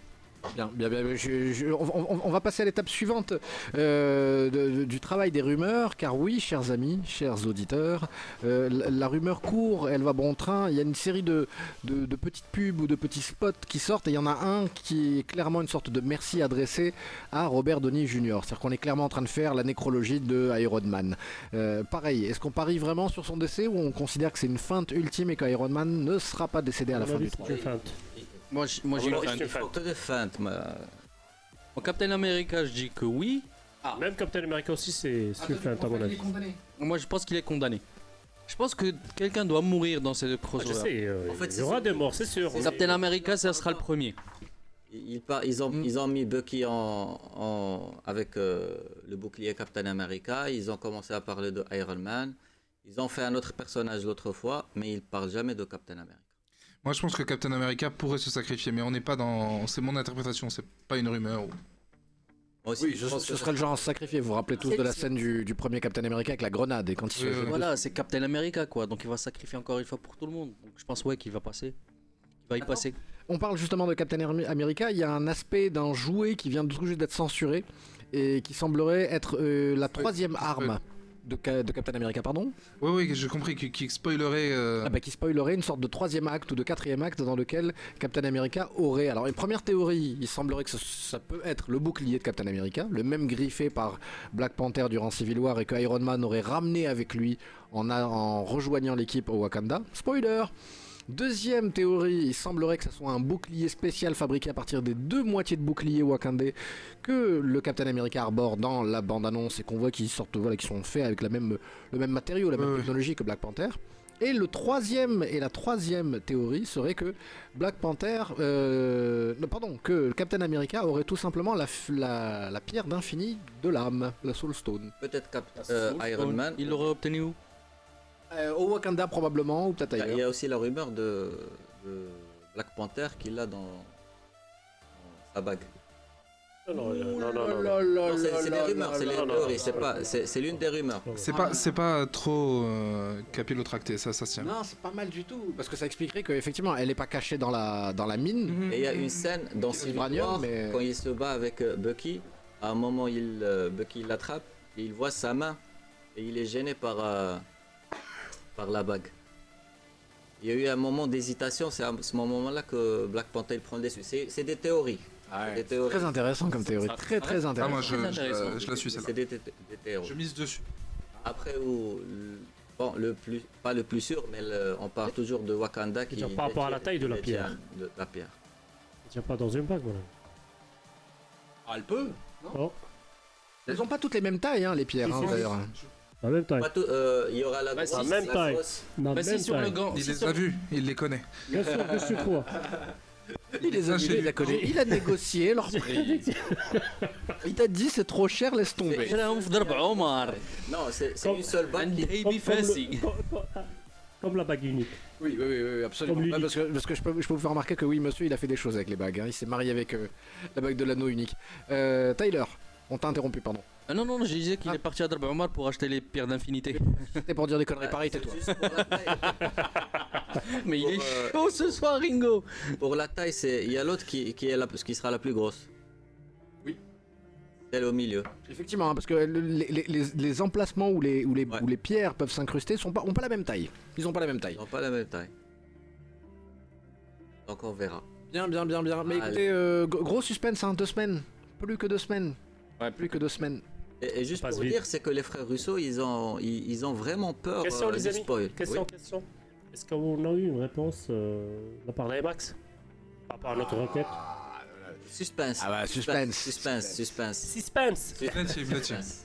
Bien, bien, bien, bien, je- je- on, on- on va passer à l'étape suivante euh, de- de- du travail des rumeurs, car oui, chers amis, chers auditeurs, euh, la, la rumeur court, elle va bon train. Il y a une série de, de- de petites pubs ou de petits spots qui sortent, et il y en a un qui est clairement une sorte de merci adressé à Robert Downey Jr. C'est-à-dire qu'on est clairement en train de faire la nécrologie de Iron Man. Euh, pareil, est-ce qu'on parie vraiment sur son décès ou on considère que c'est une feinte ultime et qu'Iron Man ne sera pas décédé à la
mon
fin
avis,
du
c'est
3
une feinte.
Moi, j- moi j'ai
Ah,
une
oui,
feinte.
je suis fan.
Faut que de feinte, ma-
En Captain America, je dis que oui.
Même Captain America aussi, c'est c'est une feinte, à mon avis.
Moi, je pense qu'il est condamné. Je pense que quelqu'un doit mourir dans ces deux
Bah,
Ah, je
crossovers.
sais, euh,
En fait,
il y
c'est
aura
ça.
des morts, c'est sûr.
C'est ça.
Captain America, ça sera le premier.
Ils, par- ils
Mm.
ont, ils ont mis Bucky en, en- avec euh, le bouclier Captain America, ils ont commencé à parler de Iron Man, ils ont fait un autre personnage l'autre fois, mais ils parlent jamais de Captain America.
Moi, je pense que Captain America pourrait se sacrifier, mais on n'est pas dans. C'est mon interprétation, c'est pas une rumeur. ou-
Moi aussi,
Oui, je pense que ce serait le genre à se sacrifier. Vous vous rappelez tous de la scène du, du premier Captain America avec la grenade et quand il se
Oui,
fait-
oui.
Voilà, c'est Captain America, quoi. Donc il va sacrifier encore une fois pour tout le monde. Donc je pense, ouais, qu'il va passer. Il va y
Attends.
passer.
On parle justement de Captain Am- America. Il y a un aspect d'un jouet qui vient tout juste d'être censuré et qui semblerait être euh, la troisième arme de, Ca- de Captain America, pardon,
Oui, oui, j'ai compris qui, qui spoilerait. euh,
Ah bah, qui spoilerait une sorte de troisième acte ou de quatrième acte dans lequel Captain America aurait. Alors, une première théorie, il semblerait que ce- ça peut être le bouclier de Captain America, le même griffé par Black Panther durant Civil War et que Iron Man aurait ramené avec lui en, a- en rejoignant l'équipe au Wakanda. Spoiler Deuxième théorie, il semblerait que ce soit un bouclier spécial fabriqué à partir des deux moitiés de bouclier wakandais que le Captain America arbore dans la bande-annonce et qu'on voit qu'ils sortent, voilà, qui sont faits avec la même, le même matériau, la même
Ouais, ouais.
technologie que Black Panther. Et le troisième et la troisième théorie serait que Black Panther, euh, non, pardon, que Captain America aurait tout simplement la, f- la- la pierre d'infini de l'âme, la Soul Stone.
peut-être
Ah,
Cap- euh, Iron Man.
Il l'aurait obtenu où
Bah,
Euh, au Wakanda probablement ou peut-être
Il y, a, Bah, il y
ailleurs.
a aussi la rumeur de, de Black Panther qu'il a dans, dans sa bague.
Non, non, non, non, non, non.
Oh là là
Non, c'est
là
c'est des
là
rumeurs,
là
c'est
là
les
là.
théories, c'est pas- c'est c'est l'une des rumeurs.
C'est pas, c'est pas trop euh, capillotracté, ça, ça se tient. Ah,
Non, c'est pas mal du tout parce que ça expliquerait qu'effectivement elle n'est pas cachée dans la dans la mine.
Et il y a une scène dans
C'est
Civil
vibranium,
War,
mais-
quand il se bat avec euh, Bucky, à un moment il, euh, Bucky l'attrape et il voit sa main et il est gêné par, euh, par la bague. Il y a eu un moment d'hésitation, c'est à ce moment-là que Black Panther il prend le dessus. C'est c'est des théories.
Ah
C'est des théories.
Très intéressant comme théorie, très très
Ah,
intéressant.
moi, je,
Très
je-
intéressant.
je la suis,
C'est
celle-là.
des, thé- des théories.
Je mise dessus.
Après, où, le- bon, le plus, pas le plus sûr, mais le- on parle toujours de Wakanda qui.
Par rapport à la taille de la
détient
pierre.
de la pierre.
Il tient pas dans une bague, voilà.
Ah, elle peut
Oh,
Elles ont pas toutes les mêmes tailles hein, les pierres hein, d'ailleurs.
En même temps.
Pas tout- euh, Il y aura la
Bah,
grosse,
si,
En même
la
temps.
grosse.
Non,
Bah,
même
si, sur
time.
le
Oh,
gant.
Il
si,
les
sur-
a vus, il les connaît.
Bien sûr que je suis pro.
Il les a
Ça, je
vus,
l'ai
il les a
vu.
connus. Il a négocié leur prix. Il t'a dit c'est trop cher, laisse tomber.
كلام في ضرب عمر
Non, c'est c'est
Comme-
une seule balle.
عند
qui-
اي
Comme-
بي
comme le-
فاسي
comme- comme- ah, Comme la bague unique.
Oui, oui, oui, oui, absolument. Ah,
Comme lui
Ouais,
dit.
parce que, parce que je, peux, je peux vous faire remarquer que oui, monsieur, il a fait des choses avec les bagues. hein. Il s'est marié avec euh, la bague de l'anneau unique. Euh, Tyler, on t'a interrompu, pardon.
Non, non, je disais qu'il
Ah.
est parti à Drab Omar pour acheter les pierres d'infinité.
C'était pour dire des conneries
Ah,
pareilles,
c'est
tais-toi.
juste pour la taille.
Mais il
Pour,
est
euh,
chaud ce soir, Ringo
Pour la taille, c'est il y a l'autre qui, qui est la, qui sera la plus grosse.
Oui.
Celle au milieu.
Effectivement, hein, parce que le- les, les- les- les emplacements où les, où les,
Ouais.
où les pierres peuvent s'incruster sont pas, ont pas la même taille. Ils ont pas la même taille.
Ils n'ont pas la même taille. Donc on verra.
Bien, bien, bien, bien. Mais
Ah,
écoutez, euh, gros- gros suspense, hein, deux semaines. Plus que deux semaines.
Ouais,
Plus que deux semaines.
Et, et juste
Passe
pour
vite.
dire, c'est que les frères Russo, ils ont, ils, ils ont vraiment peur
Question,
euh,
les
du
amis.
spoil.
Question,
Oui.
question. Est-ce qu'on a eu une réponse euh, de la part d'Amax Par rapport à notre requête
Suspense.
Ah bah, suspense.
Suspense, suspense.
Suspense
Hypnotique, hypnotique.
suspense.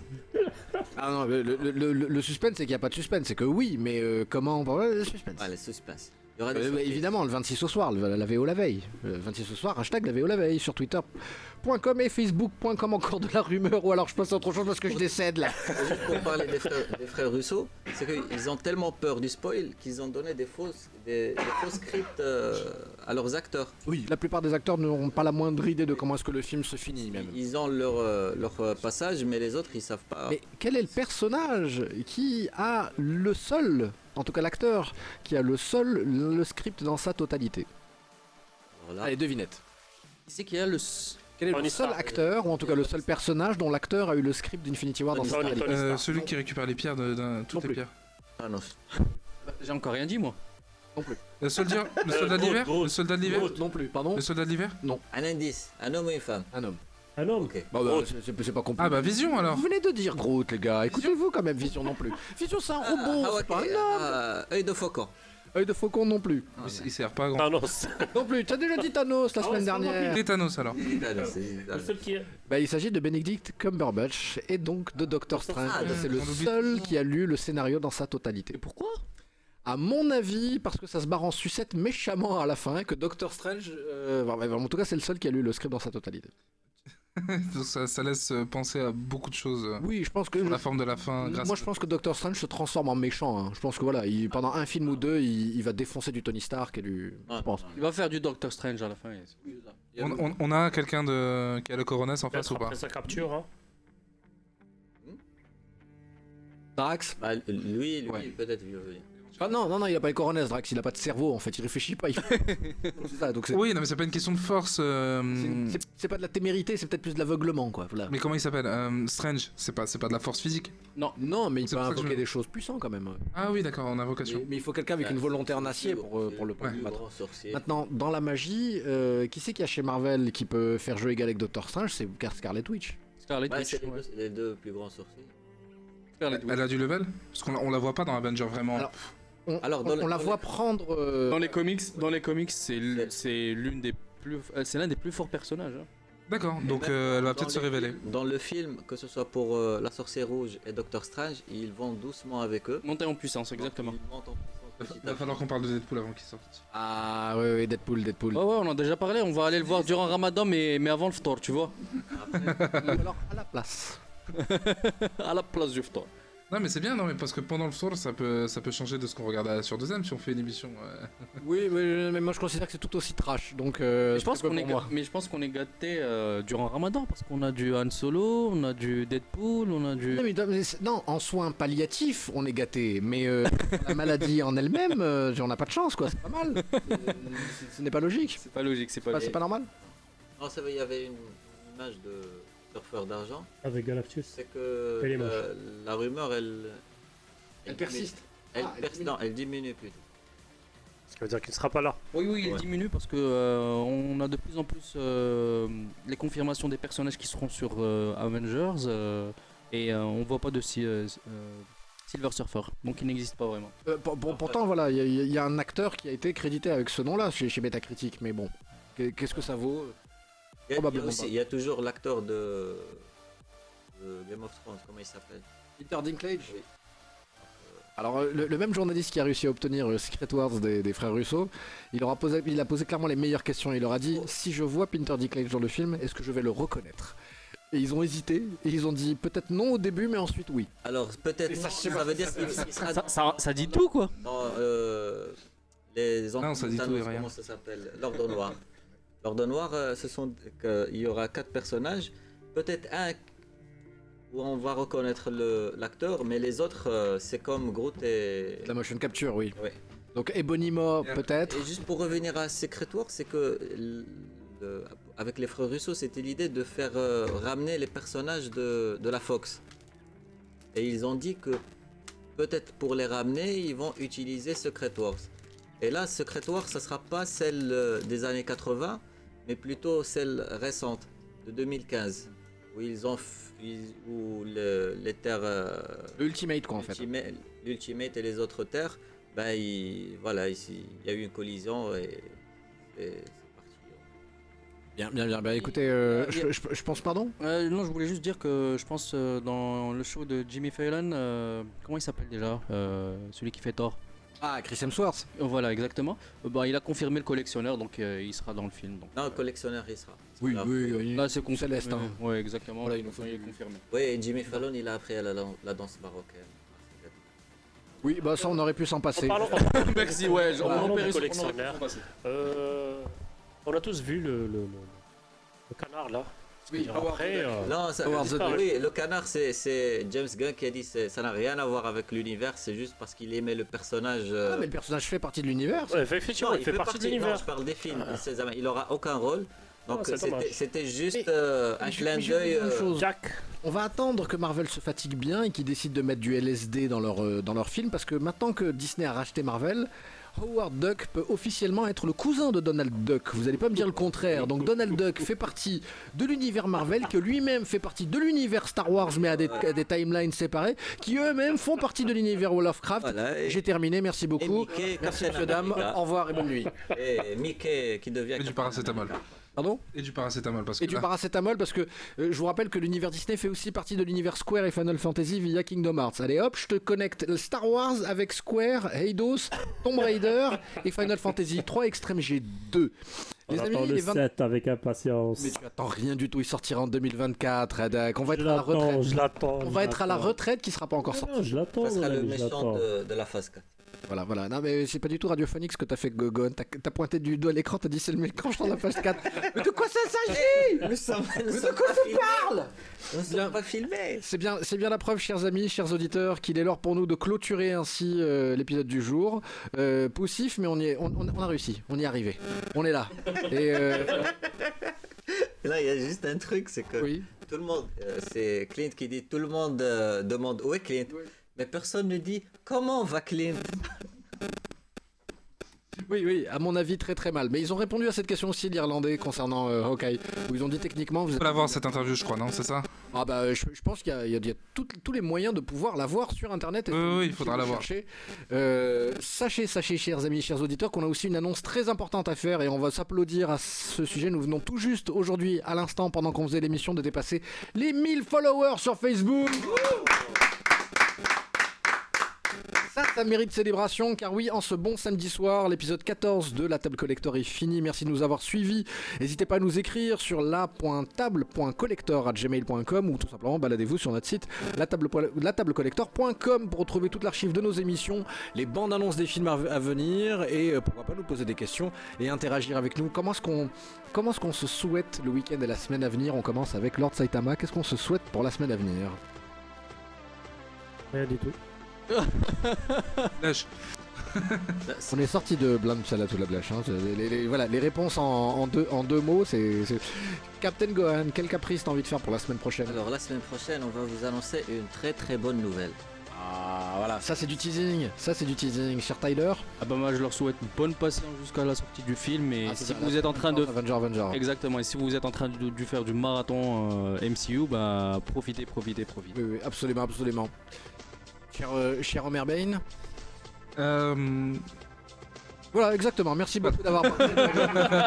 Ah non, le, le- le- le- le suspense, c'est qu'il n'y a pas de suspense. C'est que oui, mais euh, comment. Bah, ouais, le suspense.
Allez, suspense. Il y aura des
Euh, bah,
surprises.
évidemment, le 26 au soir, le- la VO la veille. Le 26 au soir, hashtag la VO la veille sur twitter.com et facebook.com encore de la rumeur ou alors je passe à autre chose parce que je décède là.
Juste pour parler des frères, des frères Russo, c'est qu'ils ont tellement peur du spoil qu'ils ont donné des fausses, des, des faux scripts euh, à leurs acteurs.
Oui. La plupart des acteurs n'auront pas la moindre idée de comment est-ce que le film se finit même.
Ils ont leur, euh, leur euh, passage, mais les autres, ils savent pas.
Mais quel est le personnage qui a le seul, en tout cas l'acteur, qui a le seul, le script dans sa totalité
Voilà.
Allez, devinette.
Qui c'est qui a le. s-
Quel est
Tony
le seul
Stark.
acteur, ou en tout cas le seul personnage dont l'acteur a eu le script d'Infinity War dans
Tony
sa
Tony,
totalité
Tony
Euh,
Stark.
celui qui récupère les pierres, de, d'un- toutes les
plus.
pierres.
Ah non.
Bah, J'ai encore rien dit, moi.
Le soldat, le
Euh,
soldat de
Groot,
l'hiver
Groot,
Le soldat de l'hiver
Non plus, pardon
Le soldat de l'hiver
Un indice, un homme et une femme.
Un homme.
Un homme
Ok.
Bah, bah,
Groot.
c'est- c'est c'est pas compliqué.
Ah bah Vision alors
Vous venez de dire Groot, les gars. Écoutez-vous quand même, Vision non plus. Vision, c'est un robot,
Ah,
c'est
ouais,
pas un homme.
ah, œil de faucon.
Œil de faucon non plus.
Ah,
Il s- Il sert pas à grand.
Thanos.
Non plus, t'as déjà dit Thanos la
Ah ouais,
semaine
c'est pas moi qui
dernière.
Tétanos alors.
Ah, non, c'est- ah,
Le seul qui est.
Bah, il s'agit de Benedict Cumberbatch et donc de Doctor Strange. c'est le
on oublie
seul
toujours.
qui a lu le scénario dans sa totalité.
Et pourquoi
À mon avis, parce que ça se barre en sucette méchamment à la fin, et que Doctor Strange. euh, bah, bah, en tout cas, c'est le seul qui a lu le script dans sa totalité.
Donc ça, ça laisse euh, penser à beaucoup de choses. euh,
Oui, je pense que.
sur La forme de la fin, grâce
Moi, je pense que Doctor Strange se transforme en méchant. hein. Je pense que voilà, il- pendant un film ou deux, il, il va défoncer du Tony Stark et du.
non,
Je pense.
Il va faire du Doctor Strange à la fin.
On, on- on a quelqu'un de... qui a le coronas en face
Peut-être
ou pas
après sa capture, hein.
Drax
Bah, lui, lui,
Ouais.
peut-être, il veut venir.
Ah non, non, non, il a pas les coronets, Drax, il a pas de cerveau en fait, il réfléchit pas. il- c'est ça, donc c'est.
Oui, non, mais c'est pas une question de force. euh,
c'est- c'est- C'est pas de la témérité, c'est peut-être plus de l'aveuglement quoi. voilà.
Mais comment il s'appelle Euh, Strange, c'est pas, c'est pas de la force physique.
Non, mais il
C'est
peut
pour ça que
invoquer
je-
des choses puissantes quand même.
Ah oui, d'accord, on a
Mais,
vocation.
mais il faut quelqu'un avec une volonté en acier pour, euh, pour le
C'est
combattre.
grand sorcier.
Maintenant, dans la magie, euh, qui c'est qu'il y a chez Marvel qui peut faire jeu égal avec Doctor Strange C'est Scar- Scarlet Witch.
Scarlet
Ouais,
Witch.
c'est les,
ouais.
deux- les deux plus grands sorciers.
Scarlet Witch.
Elle a du level Parce qu'on la- on la voit pas dans Avenger vraiment.
Alors- On,
Alors,
Alors,
dans
on,
le-
on la
dans
voit
les-
prendre. euh,
Dans les comics, dans les comics, c'est l-
C'est-
c'est l'une des plus, euh, c'est l'un des plus forts personnages. hein.
D'accord, donc
même
euh, elle va
dans
peut-être se
les
révéler.
films- Dans le film, que ce soit pour euh, la sorcière rouge et Doctor Strange, ils vont doucement avec eux.
Monter en puissance, exactement.
Donc, ils montent en puissance
Il va fa-
petit à
va falloir qu'on parle de Deadpool avant qu'il sorte.
Ah ouais, ouais, Deadpool, Deadpool.
Ouais, ouais, on en a déjà parlé. On va aller le voir durant Ramadan, mais, mais avant le Ftor, tu vois.
petit. Après,
Alors, à la place.
à la place du Ftor.
Non, mais c'est bien, non, mais parce que pendant le tour, ça peut, ça peut changer de ce qu'on regarde à- sur deuxième si on fait une émission. euh.
oui, oui, mais moi je considère que c'est tout aussi trash. Donc, euh,
Mais Euh, je pense qu'on est, ga- mais je pense qu'on est gâté euh, durant Ramadan parce qu'on a du Han Solo, on a du Deadpool, on a du.
Non, mais- mais c'est- non, en soins palliatifs, on est gâté, mais euh, la maladie en elle-même, euh, on n'a pas de chance, quoi. C'est pas mal. Euh, ce n'est pas logique.
C'est pas logique, c'est pas.
Bah, c'est pas normal.
non, ça veut- il y avait une, une image de surfeur d'argent.
Avec Galactus.
C'est que
Elle est moche.
euh, la rumeur, elle.
Elle persiste.
diminue- Elle,
Ah, elle
persiste,
diminue.
non, elle diminue plutôt.
Ce qui veut dire qu'il ne sera pas là.
Oui, oui, il
Ouais.
diminue parce que euh, on a de plus en plus euh, les confirmations des personnages qui seront sur euh, Avengers euh, et euh, on voit pas de si- euh, euh, Silver Surfer, donc il n'existe pas vraiment.
Euh, pour- pour- pourtant, voilà, il y a- il y, a un acteur qui a été crédité avec ce nom-là chez, chez Metacritic, mais bon, qu'est- qu'est-ce que ça vaut
Il y a, il y a
Probablement
aussi-
pas.
il y a toujours l'acteur de... de Game of Thrones, comment il s'appelle
Peter Dinklage
Oui.
Alors, euh, le, le même journaliste qui a réussi à obtenir le Secret Wars des, des frères Russo, il, leur a posé, il a posé clairement les meilleures questions. Il leur a dit Si je vois Peter Dinklage dans le film, est-ce que je vais le reconnaître Et ils ont hésité, et ils ont dit peut-être non au début, mais ensuite oui.
Alors peut-être non, ça, veut dire qu'il sera
Ça, ça- ça dit tout quoi.
dans euh, les
Non, ça dit tout et
Thanos,
rien.
comment ça s'appelle L'Ordre Noir. L'Ordre Noir, euh, ce sont que- il y aura quatre personnages, peut-être un où on va reconnaître le- l'acteur, mais les autres, euh, c'est comme Groot et...
La motion capture, oui.
Ouais.
Donc, Ebony Maw,
Yeah.
peut-être.
Et juste pour revenir à Secret Wars, c'est que l- le- avec les frères Russo, c'était l'idée de faire euh, ramener les personnages de, de la Fox. Et ils ont dit que peut-être pour les ramener, ils vont utiliser Secret Wars. Et là, Secret Wars, ça sera pas celle euh, des années 80, mais plutôt celle récente, de 2015, où ils ont f- ils- où le- les terres euh,
Le Ultimate, quoi, en fait.
L'Ultima- L'Ultimate et les autres terres, ben il, voilà, ici, il y a eu une collision et, et c'est parti.
Bien, bien, bien. Bah, écoutez, euh,
Il y a-
je, je- je pense, pardon
Euh, non, je voulais juste dire que je pense euh, dans le show de Jimmy Fallon, euh, comment il s'appelle déjà Euh, Celui qui fait tort.
Ah, Chris Hemsworth.
Voilà, exactement. Euh, bah, il a confirmé le collectionneur, donc euh, il sera dans le film. Donc,
Non, le
euh,
collectionneur, il sera.
Oui,
Voilà.
oui, oui.
Là, c'est confirmé.
Céleste, hein.
Ouais, exactement.
Voilà, il nous faut-
est confirmé.
Oui, et Jimmy Fallon, il a appris la, la- la danse marocaine.
Oui, bah ça, on aurait pu s'en
En
passer.
parlant,
Merci, ouais,
en parlant
on
de
repère-
collectionneur, euh, on a tous vu le, le- le- le canard là.
Oui,
Après, euh,
Non, ça,
Howard the
oui, le canard, c'est- c'est James Gunn qui a dit c'est- ça n'a rien à voir avec l'univers, c'est juste parce qu'il aimait le personnage. euh,
Ah, mais le personnage fait partie de l'univers.
ouais, effectivement,
Non,
il, fait partie, de
non,
l'univers.
je parle des films.
Ah.
c'est- Il aura aucun rôle. Donc
c'est
c'était-
dommage.
c'était juste
Mais-
euh, un
Mais je-
clin
mais je vais
d'œil.
vous dire une
euh,
chose.
Jack,
On va attendre que Marvel se fatigue bien et qu'ils décident de mettre du LSD dans leur, euh, dans leur film parce que maintenant que Disney a racheté Marvel, Howard Duck peut officiellement être le cousin de Donald Duck. Vous allez pas me dire le contraire. Donc Donald Duck fait partie de l'univers Marvel, que lui-même fait partie de l'univers Star Wars, mais à des, à des timelines séparées, qui eux-mêmes font partie de l'univers World of Craft.
voilà, et-
J'ai terminé, merci
et
beaucoup.
Mickey,
Merci
Captain
monsieur dame,
America.
au revoir et bonne nuit.
Et Eh, Mickey qui devient.
Et du
Captain
paracétamol.
America.
Pardon
Et du paracétamol, parce que
Et du
là,
paracétamol parce que euh, je vous rappelle que l'univers Disney fait aussi partie de l'univers Square et Final Fantasy via Kingdom Hearts. Allez hop, je te connecte Star Wars avec Square, Eidos, Tomb Raider et Final Fantasy 3 Extreme G2.
on
Les
attend
amis,
le
les 20...
7 avec impatience.
Mais tu attends rien du tout, il sortira en 2024, Adak. On va
Je
être à la
l'attends,
retraite.
je l'attends. je
On va être à la
l'attends.
retraite qui sera pas encore
Non,
sortie.
non, je l'attends,
Ça
mon
sera
Oh,
le
ami, je l'attends.
méchant de, de la phase 4.
Voilà, voilà. Non, mais c'est pas du tout radiophonique ce que t'as fait, Gogon. T'as t'as pointé du doigt l'écran, t'as dit c'est le méchant dans la page 4. mais de quoi ça s'agit
Mais ça ne
Mais de quoi tu parles
Nous
Bien.
sommes pas filmés
C'est bien, c'est bien la preuve, chers amis, chers auditeurs, qu'il est l'heure pour nous de clôturer ainsi euh, l'épisode du jour. Euh, poussif, mais on, y est, on, on- on a réussi, on y est arrivé. On est là. Et euh,
Là, il y a juste un truc, c'est que
oui.
tout le monde, euh, c'est Clint qui dit, tout le monde euh, demande où est Clint, mais personne ne dit comment va Clint.
oui, oui, à mon avis, très très mal. Mais ils ont répondu à cette question aussi, l'Irlandais, concernant euh, Hawkeye, où ils ont dit techniquement, vous
on
êtes...
peut l'avoir cette interview, je crois, non C'est ça
Ah bah, je, je pense qu'il y a, il y a- il y a tout- tous les moyens de pouvoir la voir sur Internet. et
Oui,
de-
oui, il
si
faudra
vous
la voir.
cherchez. Euh, sachez, sachez, chers amis, chers auditeurs, qu'on a aussi une annonce très importante à faire et on va s'applaudir à ce sujet. Nous venons tout juste aujourd'hui, à l'instant, pendant qu'on faisait l'émission, de dépasser les 1000 followers sur Facebook. Ça, ça mérite célébration, car oui, en ce bon samedi soir, l'épisode 14 de La Table Collector est fini. Merci de nous avoir suivis. N'hésitez pas à nous écrire sur la.table.collector.gmail.com ou tout simplement baladez-vous sur notre site latable- latablecollector.com pour retrouver toute l'archive de nos émissions, les bandes annonces des films à, à venir et euh, pourquoi pas nous poser des questions et interagir avec nous. Comment est-ce qu'on comment est-ce qu'on se souhaite le week-end et la semaine à venir On commence avec Lord Saitama. Qu'est-ce qu'on se souhaite pour la semaine à venir
Rien du tout.
Lèche.
On est sorti de Blind Salat ou la Blèche. hein. Les, les- les- voilà, les réponses en, en deux, en deux mots, c'est. c'est- Captain Gohan, quel caprice t'as envie de faire pour la semaine prochaine
Alors la semaine prochaine, on va vous annoncer une très très bonne nouvelle.
Ah voilà, ça c'est du teasing, ça c'est du teasing, cher Tyler.
Ah bah moi je leur souhaite une bonne patience jusqu'à la sortie du film et
Ah, c'est
si
ça,
vous
la-
êtes en train de
Avenger, Avenger.
exactement et si vous êtes en train de, de faire du marathon euh, MCU bah profitez profitez profitez.
Oui, oui, absolument, absolument. Cher, euh, cher Homer Bain,
Euh,
Voilà, exactement. Merci beaucoup d'avoir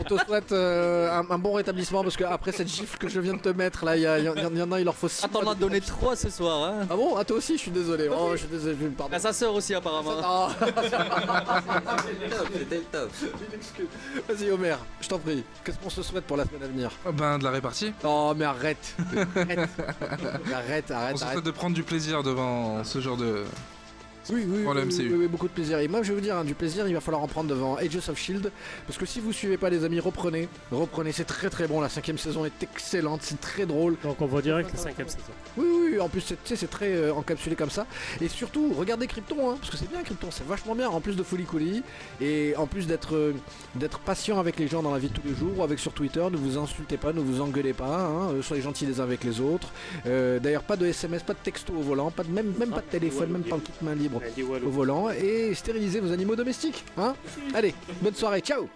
On te souhaite euh, un, un bon rétablissement parce que après cette gifle que je viens de te mettre, là, il y, a- il y en- il y en a, il leur faut six
Ah, t'en
mois
as
de-
donné 3 ce soir, hein
Ah bon Ah, toi aussi, je suis désolé. Oh, je suis désolé, je- pardon.
À Bah, sa sœur aussi, apparemment.
Ah,
Top, C'était le top.
une excuse. Vas-y, Homer, je t'en prie. Qu'est-ce qu'on se souhaite pour la semaine à venir
Ah Ben, de la répartie.
Oh, mais arrête Arrête Arrête,
On
arrête,
se
arrête.
souhaite de prendre du plaisir devant ce genre de.
Oui, oui,
Pour
oui,
le
oui,
MCU.
oui, oui, beaucoup de plaisir. Et moi, je vais vous dire, hein, du plaisir, il va falloir en prendre devant Ages of Shield. Parce que si vous suivez pas, les amis, reprenez. Reprenez, c'est très très bon. La cinquième saison est excellente, c'est très drôle.
Donc on voit direct la cinquième saison.
Oui, oui, en plus, c'est- tu sais, c'est très euh, encapsulé comme ça. Et surtout, regardez Krypton, hein, parce que c'est bien Krypton, c'est vachement bien. En plus de Folie Couli, et en plus d'être euh, d'être patient avec les gens dans la vie de tous les jours, ou avec sur Twitter, ne vous insultez pas, ne vous engueulez pas, hein, euh, soyez gentils les uns avec les autres. Euh, D'ailleurs, pas de SMS, pas de texto au volant, pas de, même, même pas de téléphone, même pas de petite main libre
Andy
au
Wallow.
volant et stériliser vos animaux domestiques. Hein Allez, bonne soirée, ciao